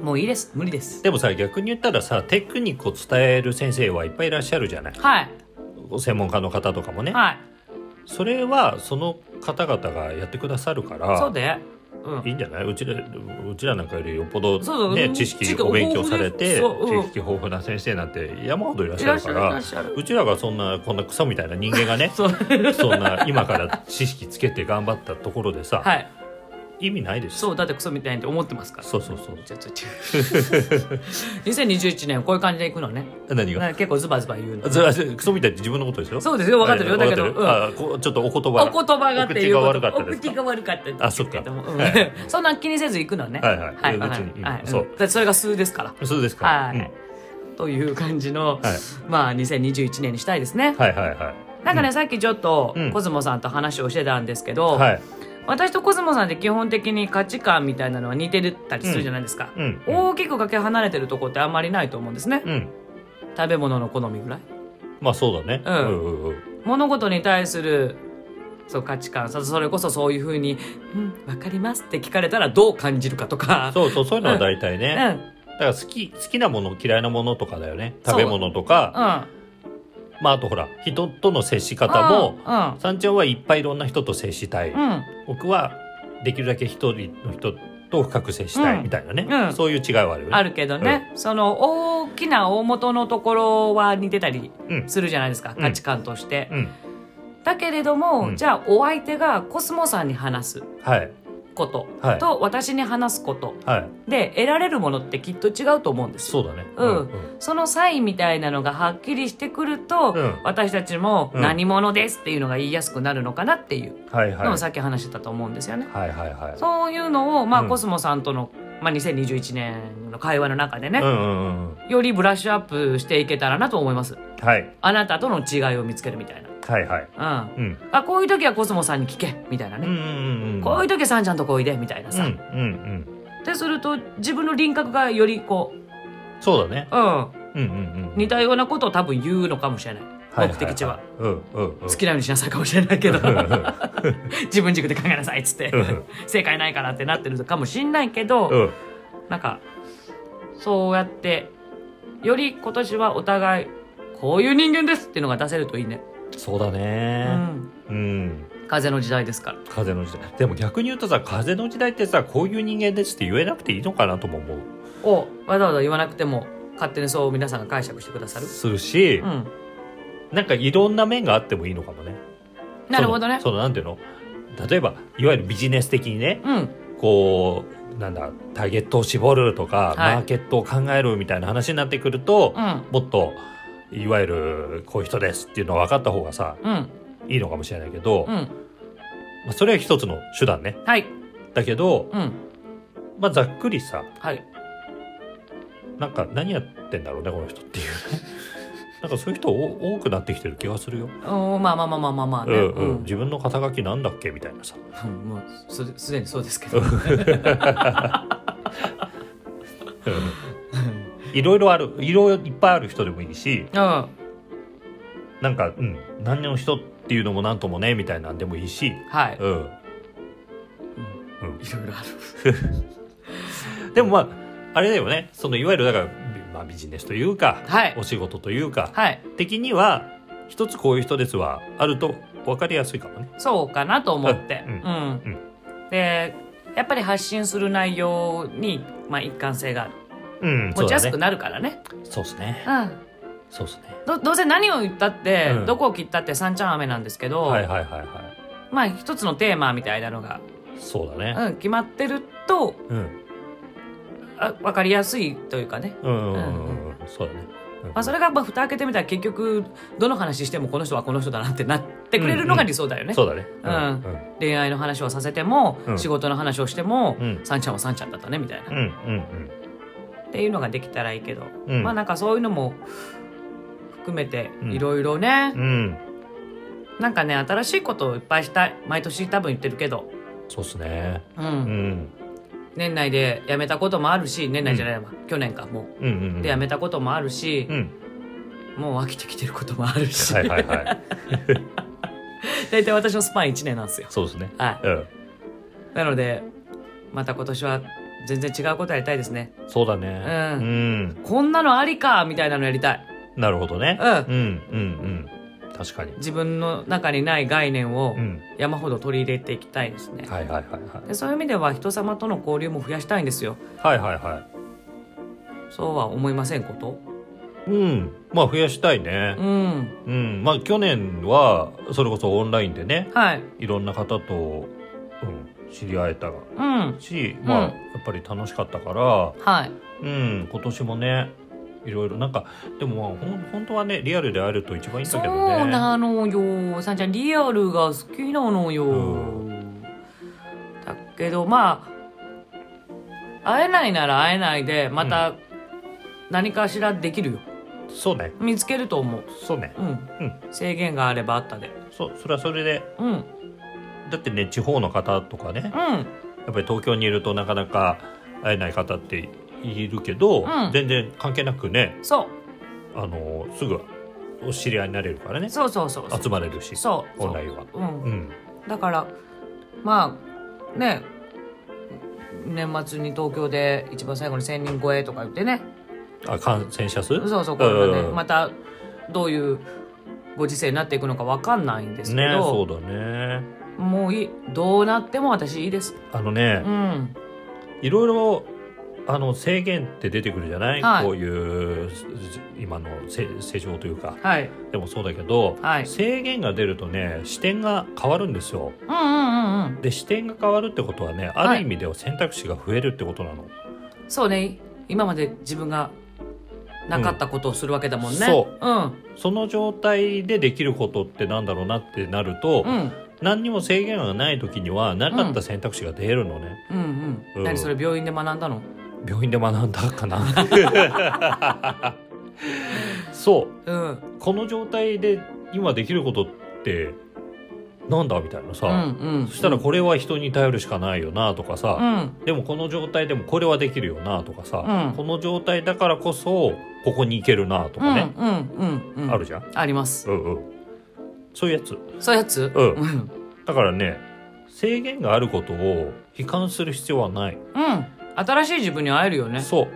Speaker 1: もういいです無理です
Speaker 2: でもさ逆に言ったらさテクニックを伝える先生はいっぱいいらっしゃるじゃない
Speaker 1: はい
Speaker 2: 専門家の方とかもね
Speaker 1: はい
Speaker 2: それはその方々がやってくださるから
Speaker 1: そうでうん
Speaker 2: いいんじゃないうちらうちらなんかよりよっぽど、ね
Speaker 1: そうだうん
Speaker 2: 知
Speaker 1: 知
Speaker 2: 識
Speaker 1: 識
Speaker 2: お勉強されて、
Speaker 1: 豊富でそううん
Speaker 2: 知識豊富な先生なんて山ほどいらっし
Speaker 1: い
Speaker 2: ゃ
Speaker 1: らっ
Speaker 2: る
Speaker 1: し
Speaker 2: か
Speaker 1: ゃるいら
Speaker 2: ら
Speaker 1: っしゃる
Speaker 2: うちらがそんなこんなクソみたいな人間がね
Speaker 1: そう
Speaker 2: そんな今から知識つけて頑張ったところでさ、
Speaker 1: はい
Speaker 2: 意味ないです
Speaker 1: そうだってクソみたいって思ってますから
Speaker 2: そうそうそう
Speaker 1: ちょちょちょ2021年こういう感じでいくのね
Speaker 2: 何
Speaker 1: なん
Speaker 2: が
Speaker 1: か結構ズバズバ言うの
Speaker 2: ずらクソみたいって自分のことでしょ
Speaker 1: そうですよ分かってるよ
Speaker 2: はい
Speaker 1: だけど
Speaker 2: 分かってるあこちょっとお言葉
Speaker 1: お言葉がっていう
Speaker 2: お
Speaker 1: こと
Speaker 2: 口が悪かったです
Speaker 1: お口が
Speaker 2: か
Speaker 1: 悪かったです
Speaker 2: あそっか
Speaker 1: けどもうん
Speaker 2: はい
Speaker 1: そんなん気にせず行くのね
Speaker 2: はいはいいや
Speaker 1: わかる
Speaker 2: 別に
Speaker 1: はい
Speaker 2: うんそうん
Speaker 1: だってそれが数ですから
Speaker 2: そうですか
Speaker 1: は
Speaker 2: う
Speaker 1: い
Speaker 2: ん
Speaker 1: という感じの、
Speaker 2: はい
Speaker 1: まあ2021年にしたいですね、
Speaker 2: はいはいは
Speaker 1: なんかね、さっきちょっと
Speaker 2: うん
Speaker 1: コズモさんと話をしてたんですけど、
Speaker 2: いはい
Speaker 1: 私とコズモさんって基本的に価値観みたいなのは似てたりするじゃないですか、
Speaker 2: うん
Speaker 1: 大きくかけ離れてるとこってあんまりないと思うんですね、
Speaker 2: うん
Speaker 1: 食べ物の好みぐらい
Speaker 2: まあそうだね
Speaker 1: うん
Speaker 2: うんうん
Speaker 1: 物事に対するそう価値観そそれこそそういうふうに「うん分かります」って聞かれたらどう感じるかとか
Speaker 2: そうそうそういうのは大体
Speaker 1: う
Speaker 2: ね
Speaker 1: んうん
Speaker 2: だから好き好きなもの嫌いなものとかだよね
Speaker 1: そう
Speaker 2: 食べ物とかまああとほら人との接し方も
Speaker 1: うん
Speaker 2: さんちゃんはいっぱいいろんな人と接したい、
Speaker 1: うん
Speaker 2: 僕はできるだけ一人の人と深く接した
Speaker 1: う
Speaker 2: い
Speaker 1: ん
Speaker 2: みたいなね、
Speaker 1: うん
Speaker 2: そういう違いはあるよね
Speaker 1: あるけどね、その大きな大元のところは似てたり
Speaker 2: うん
Speaker 1: するじゃないですか、
Speaker 2: うん
Speaker 1: 価値観として、
Speaker 2: うん
Speaker 1: だけれども、
Speaker 2: うん
Speaker 1: じゃあお相手がコスモさんに話す
Speaker 2: はい
Speaker 1: こと
Speaker 2: はい
Speaker 1: と私に話すこと
Speaker 2: はい
Speaker 1: で得られるものってきっと違うと思うんですよ
Speaker 2: そうだね
Speaker 1: うんそのサインみたいなのがはっきりしてくると、
Speaker 2: うん
Speaker 1: 私たちも
Speaker 2: うん
Speaker 1: 何者ですっていうのが言いやすくなるのかなっていう
Speaker 2: はいはい
Speaker 1: のをさっき話してたと思うんですよね。
Speaker 2: はいはいはい
Speaker 1: そういうのを、まあ
Speaker 2: うん
Speaker 1: コスモさんとの、まあ、2021年の会話の中でね、
Speaker 2: うんうんうん
Speaker 1: よりブラッシュアップしていけたらなと思います。
Speaker 2: はい
Speaker 1: あなたとの違いを見つけるみたいな。
Speaker 2: はいはい
Speaker 1: うん。
Speaker 2: うん
Speaker 1: あ、こういう時はコスモさんに聞けみたいな
Speaker 2: う
Speaker 1: ね。
Speaker 2: んうんうん
Speaker 1: こういうう時はさんちゃんとこいでみたいなさ。
Speaker 2: んうんうん
Speaker 1: で、すると自分の輪郭がよりこう、
Speaker 2: そうだね
Speaker 1: うん、
Speaker 2: うんうんうん
Speaker 1: 似たようなことを多分言うのかもしれない。
Speaker 2: はい
Speaker 1: 目的地は。
Speaker 2: いいうんうんうん
Speaker 1: 好きなようにしなさいかもしれないけど
Speaker 2: うんうん
Speaker 1: 自分軸で考えなさいっつって
Speaker 2: うん
Speaker 1: 正解ないからってなってるかもしんないけど、
Speaker 2: うん
Speaker 1: なんかそうやってより今年はお互いこういう人間ですっていうのが出せるといいね、
Speaker 2: そうだ
Speaker 1: う
Speaker 2: ね
Speaker 1: ん、
Speaker 2: うん
Speaker 1: 風の時代ですから
Speaker 2: 風の時代でも逆に言うとさ風の時代ってさこういう人間ですって言えなくていいのかなとも思う
Speaker 1: をわざわざ言わなくても勝手にそう皆さんが解釈してくださる、
Speaker 2: するし、
Speaker 1: うん、
Speaker 2: なんかいろんな面があってもいいのかもね。
Speaker 1: なるほどね
Speaker 2: そのそのなんていうの例えばいわゆるビジネス的にね
Speaker 1: うん
Speaker 2: こうなんだターゲットを絞るとか、
Speaker 1: はい
Speaker 2: マーケットを考えるみたいな話になってくると、
Speaker 1: うん
Speaker 2: もっといわゆるこういう人ですっていうのは分かった方がさ
Speaker 1: うん
Speaker 2: いいのかもしれないけど、
Speaker 1: う
Speaker 2: ま
Speaker 1: ん
Speaker 2: あ、それは一つの手段ね。
Speaker 1: はい
Speaker 2: だけど、
Speaker 1: うん
Speaker 2: まあ、ざっくりさ
Speaker 1: はい
Speaker 2: なんか何やってんだろうねこの人っていうね。 なんかそういう人お多くなってきてる気がするよ。
Speaker 1: おーまあまあまあまあまあまあ
Speaker 2: う
Speaker 1: ね
Speaker 2: んうん、
Speaker 1: うん
Speaker 2: 自分の肩書きなんだっけみたいなさ。
Speaker 1: うんもうすすでにそうですけど
Speaker 2: いろいろあるいろいろいっぱいある人でもいいし
Speaker 1: うん
Speaker 2: なんか、うん、何の人っていうのもなんともねみたいなんでもいいし、
Speaker 1: はい
Speaker 2: うん、
Speaker 1: いろいろある
Speaker 2: でもまああれだよねそのいわゆるだから、ビまあ、ビジネスというか、
Speaker 1: はい
Speaker 2: お仕事というか、
Speaker 1: はい
Speaker 2: 的には一つこういう人ですはあると分かりやすいかもね。
Speaker 1: そうかなと思って、
Speaker 2: う
Speaker 1: うんん
Speaker 2: う
Speaker 1: でやっぱり発信する内容に、まあ、一貫性がある
Speaker 2: うん、そ
Speaker 1: 持
Speaker 2: う
Speaker 1: ちや
Speaker 2: だ
Speaker 1: す
Speaker 2: ね
Speaker 1: く。なるからね
Speaker 2: そうですね。
Speaker 1: う
Speaker 2: そうですね。
Speaker 1: ん、どどうせ何を言ったって、
Speaker 2: うん
Speaker 1: どこを切ったって三ちゃん雨なんですけど、
Speaker 2: はいはいはいはい。
Speaker 1: まあ一つのテーマみたいなのが、
Speaker 2: そうだね。
Speaker 1: うん、決まってると
Speaker 2: うん。
Speaker 1: あ分かりやすいというかね、
Speaker 2: うんうんうんうん。そうだね。うん
Speaker 1: まあ、それがまあ蓋開けてみたら結局どの話してもこの人はこの人だなってなってくれるのが理想だよね、
Speaker 2: そうだね。
Speaker 1: うん恋愛の話をさせても、
Speaker 2: うん
Speaker 1: 仕事の話をしても、
Speaker 2: うん
Speaker 1: 三ちゃんは三ちゃんだったねみたいな
Speaker 2: うん。うんうん
Speaker 1: っていうのができたらいいけど、
Speaker 2: うん
Speaker 1: まあなんかそういうのも含めて
Speaker 2: うん
Speaker 1: いろいろね
Speaker 2: う、ん。うん。
Speaker 1: なんかね新しいことをいっぱいしたい毎年多分言ってるけど、
Speaker 2: そうですね。
Speaker 1: うん
Speaker 2: うん。
Speaker 1: 年内で辞めたこともあるし年内じゃないわ、去年かも
Speaker 2: うんうんう。
Speaker 1: うんで辞めたこともあるし
Speaker 2: う、ん。
Speaker 1: もう飽きてきてることもあるし、
Speaker 2: はいはいはい。
Speaker 1: 大体私のスパン1年なんですよ
Speaker 2: そうですね。
Speaker 1: は
Speaker 2: うん。
Speaker 1: いなのでまた今年は全然違うことやりたいですね
Speaker 2: そうだね。
Speaker 1: うん
Speaker 2: うん。
Speaker 1: こんなのありかみたいなのやりたい
Speaker 2: なるほどね。
Speaker 1: うん
Speaker 2: うんうんうん。確かに。
Speaker 1: 自分の中にない概念を
Speaker 2: うん。
Speaker 1: 山ほど取り入れていきたいですね、
Speaker 2: はいはいはいはい。
Speaker 1: でそういう意味では人様との交流も増やしたいんですよ
Speaker 2: はいはいは
Speaker 1: そうは思いませんこと
Speaker 2: い。うん。まあ増やしたいね
Speaker 1: う。ん
Speaker 2: うん。まあ去年は、それこそオンラインでね、
Speaker 1: はい
Speaker 2: いろんな方と、うん、知り合えたら
Speaker 1: うん
Speaker 2: し、まあ
Speaker 1: うん
Speaker 2: やっぱり楽しかったから
Speaker 1: はい
Speaker 2: うん今年もねいろいろなんかでもまあほん本当はねリアルで会えると一番いいん
Speaker 1: そ
Speaker 2: だ
Speaker 1: う
Speaker 2: けどね
Speaker 1: なのよさんちゃんリアルが好きなのよ、
Speaker 2: うん
Speaker 1: だけどまあ会えないなら会えないでまた何かしらできるよ
Speaker 2: そうね
Speaker 1: 見つけると思う
Speaker 2: そうね
Speaker 1: うん、
Speaker 2: うん
Speaker 1: 制限があればあったで
Speaker 2: そうそれはそれで
Speaker 1: うんうん
Speaker 2: だってね地方の方とかねやっぱり東京にいるとなかなか会えない方っているけ
Speaker 1: う
Speaker 2: ど、
Speaker 1: ん
Speaker 2: 全然関係なくね
Speaker 1: そう
Speaker 2: あのすぐお知り合いになれるからね
Speaker 1: そうそうそうそう
Speaker 2: 集まれるし
Speaker 1: そうそう
Speaker 2: 本来は
Speaker 1: うん
Speaker 2: うん
Speaker 1: だからまあね年末に東京で一番最後に1,000人超えとか言ってね
Speaker 2: あ感染者数
Speaker 1: そうそうこれがね
Speaker 2: うん
Speaker 1: またどういうご時世になっていくのかわかんないんですけ
Speaker 2: ねそ
Speaker 1: ど、
Speaker 2: うだね
Speaker 1: もういいどうなっても私いいです
Speaker 2: あのね、
Speaker 1: うん
Speaker 2: いろいろあの制限って出てくるじゃない、
Speaker 1: はい
Speaker 2: こういう今のせ世情というか
Speaker 1: はい
Speaker 2: でもそうだけど、
Speaker 1: はい
Speaker 2: 制限が出るとね視点が変わるんですよ
Speaker 1: うんうんうんうん
Speaker 2: で視点が変わるってことはねある意味では選択肢が増えるってことなの、
Speaker 1: そうね今まで自分がなかったことをするわけだもんね、
Speaker 2: うんそう
Speaker 1: うん
Speaker 2: その状態でできることってなんだろうなってなると、
Speaker 1: うん
Speaker 2: 何にも制限がない時にはなかった選択肢が出るのね、
Speaker 1: うんう
Speaker 2: うんん
Speaker 1: 何それ病院で学んだの
Speaker 2: 病院で学んだかな そう
Speaker 1: うん
Speaker 2: この状態で今できることってなんだみたいなさ、
Speaker 1: うんうん
Speaker 2: そしたらこれは人に頼るしかないよなとか
Speaker 1: う
Speaker 2: さ、
Speaker 1: ん
Speaker 2: でもこの状態でもこれはできるよなとかさ、
Speaker 1: うん
Speaker 2: この状態だからこそここに行けるなと
Speaker 1: うん
Speaker 2: かね、
Speaker 1: うんうんうん
Speaker 2: あるじゃん、
Speaker 1: あります
Speaker 2: うんうん、そういうやつ
Speaker 1: そういうやつ
Speaker 2: うん
Speaker 1: うん
Speaker 2: だからね制限があることを悲観する必要はない、
Speaker 1: うん新しい自分に会えるよね
Speaker 2: そ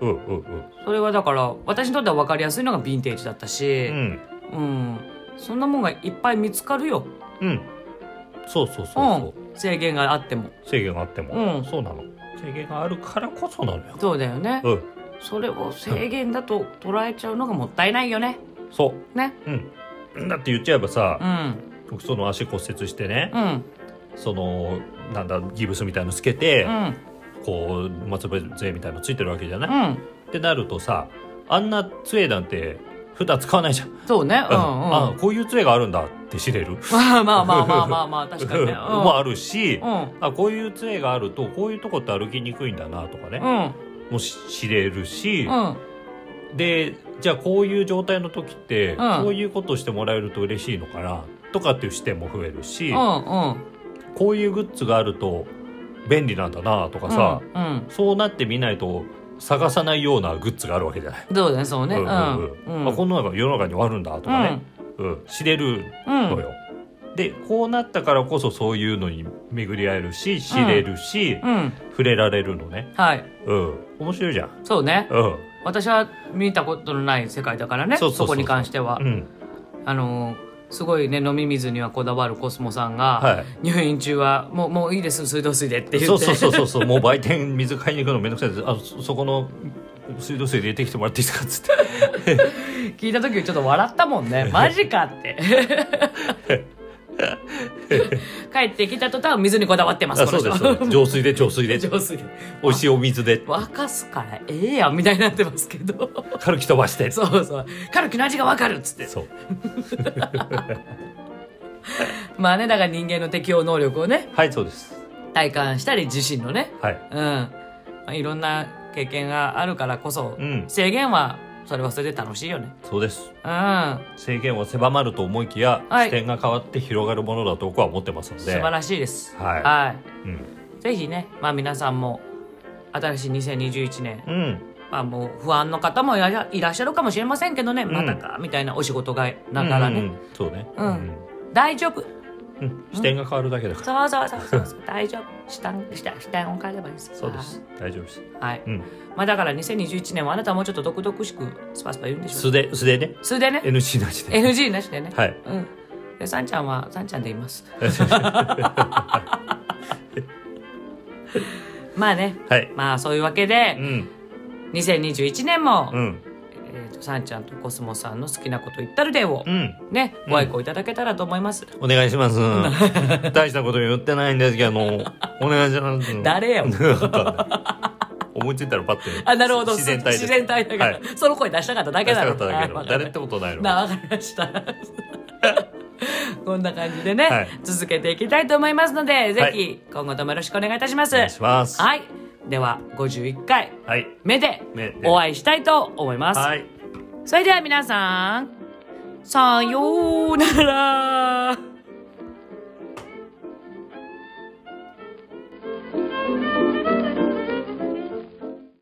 Speaker 2: ううんうんうん
Speaker 1: それはだから私にとっては分かりやすいのがヴィンテージだったし
Speaker 2: うん
Speaker 1: うん、そんなもんがいっぱい見つかるよ
Speaker 2: うんそうそうそうそう、
Speaker 1: うん、制限があっても
Speaker 2: 制限があっても、
Speaker 1: うん
Speaker 2: そうなの制限があるからこそなのよ
Speaker 1: そうだよね、
Speaker 2: うん
Speaker 1: それを制限だと捉えちゃうのがもったいないよね
Speaker 2: そう
Speaker 1: ね
Speaker 2: うんだって言っちゃえばさ
Speaker 1: う、ん
Speaker 2: 僕その足骨折してね、
Speaker 1: うん
Speaker 2: そのなんだギブスみたいのつけて、
Speaker 1: うん
Speaker 2: こう松葉杖みたいのついてるわけじゃない、
Speaker 1: う
Speaker 2: っ
Speaker 1: ん
Speaker 2: てなるとさあんな杖なんて普段使わないじゃん、
Speaker 1: そうねうんうん
Speaker 2: あこういう杖があるんだって知れる、
Speaker 1: まあまあまあまあまあまあ確かに ね
Speaker 2: もあるし、
Speaker 1: うんうん
Speaker 2: あこういう杖があるとこういうとこって歩きにくいんだなとかね、
Speaker 1: うん
Speaker 2: もし知れるし、
Speaker 1: うん
Speaker 2: でじゃあこういう状態の時って、
Speaker 1: うん
Speaker 2: こういうことをしてもらえると嬉しいのかなとかっていう視点も増えるし、
Speaker 1: うんうん
Speaker 2: こういうグッズがあると便利なんだなとかさ、
Speaker 1: うん
Speaker 2: そうなってみないと探さないようなグッズがあるわけじゃない。
Speaker 1: どうだねそうねう
Speaker 2: うんんうんうんあこんなのが世の中にはあるんだとかね、うん知れる
Speaker 1: うん
Speaker 2: のよ。でこうなったからこそそういうのに巡り合えるし知れるし、
Speaker 1: うん
Speaker 2: 触れられるのね。
Speaker 1: はい
Speaker 2: うん、面白いじゃん。
Speaker 1: そうね
Speaker 2: うん
Speaker 1: 私は見たことのない世界だからねそ
Speaker 2: そ
Speaker 1: う
Speaker 2: そうそうそう
Speaker 1: こに関しては、
Speaker 2: うん
Speaker 1: あのーすごいね飲み水にはこだわるコスモさんが、
Speaker 2: はい
Speaker 1: 入院中はもうもういいです水道水でって言って
Speaker 2: そうそうそうそうそうもう売店水買いに行くのめんどくさいですあそそこの水道水入れてきてもらっていいですかっつって
Speaker 1: 聞いた時ちょっと笑ったもん ねマジかって帰ってきた途端水にこだわってます
Speaker 2: あ
Speaker 1: こ
Speaker 2: そ
Speaker 1: の人
Speaker 2: うですそうです 浄水で浄水 で
Speaker 1: 上手で
Speaker 2: 美味しいお水で
Speaker 1: 沸かすからええやんみたいになってますけど
Speaker 2: 軽き飛ばして
Speaker 1: そうそうカルキの味がわかるっつって
Speaker 2: そう
Speaker 1: まあねだから人間の適応能力をね
Speaker 2: はいそうです
Speaker 1: 体感したり自身のね
Speaker 2: はい
Speaker 1: うん、まあ、いろんな経験があるからこそ、
Speaker 2: うん
Speaker 1: 制限はそれはそれで楽しいよね
Speaker 2: そうです
Speaker 1: うん
Speaker 2: 制限は狭まると思いきや、
Speaker 1: はい
Speaker 2: 視点が変わって広がるものだと僕は思ってますので
Speaker 1: 素晴らしいです
Speaker 2: はい
Speaker 1: いぜひね、まあ、皆さんも新しい2021年、
Speaker 2: うん、うん、
Speaker 1: まあ、もう不安の方もいらいらっしゃるかもしれませんけどね、またかみたいなお仕事がだからね、
Speaker 2: うんうんそうね
Speaker 1: うん大丈夫
Speaker 2: うんうん視点が変わるだけだから、
Speaker 1: そうそうそうそうそう大丈夫下下下を変えればいいです
Speaker 2: そうです大丈夫です
Speaker 1: はい、
Speaker 2: うん
Speaker 1: まあ、だから2021年はあなたはもうちょっと毒々しくスパスパ言うんでしょ
Speaker 2: 素で素でね
Speaker 1: 素でね
Speaker 2: NC なしで
Speaker 1: NG なしでね
Speaker 2: はい
Speaker 1: うん。で、さんちゃんは、さんちゃんでい ます。まあね、
Speaker 2: はい
Speaker 1: まあそういうわけ
Speaker 2: う
Speaker 1: で、
Speaker 2: ん
Speaker 1: 2021年も、
Speaker 2: うん
Speaker 1: えーさんちゃんとコスモさんの好きなこと言ったるでを
Speaker 2: うん。
Speaker 1: ねご愛顧いただけたらと思います、
Speaker 2: お願い します。大したこと言ってないんですけど、お願いします。
Speaker 1: 誰や
Speaker 2: 思いついたらパッてね。
Speaker 1: あなるほど
Speaker 2: 自然体です
Speaker 1: 自然体だから、
Speaker 2: はい。
Speaker 1: その声出したかっただけ
Speaker 2: 出
Speaker 1: だ
Speaker 2: した
Speaker 1: ろ
Speaker 2: かっただけど、
Speaker 1: はい
Speaker 2: 誰ってことないの。
Speaker 1: なわかりました こんな感じでね、
Speaker 2: はい
Speaker 1: 続けていきたいと思いますのでぜ
Speaker 2: は
Speaker 1: ひ
Speaker 2: い
Speaker 1: 今後ともよろしくお願いいたしま
Speaker 2: お
Speaker 1: す
Speaker 2: 願いします。
Speaker 1: はいでは51回
Speaker 2: はい。
Speaker 1: 目で
Speaker 2: 目で
Speaker 1: お会いしたいと思います、
Speaker 2: はい。
Speaker 1: それでは皆さんさようなら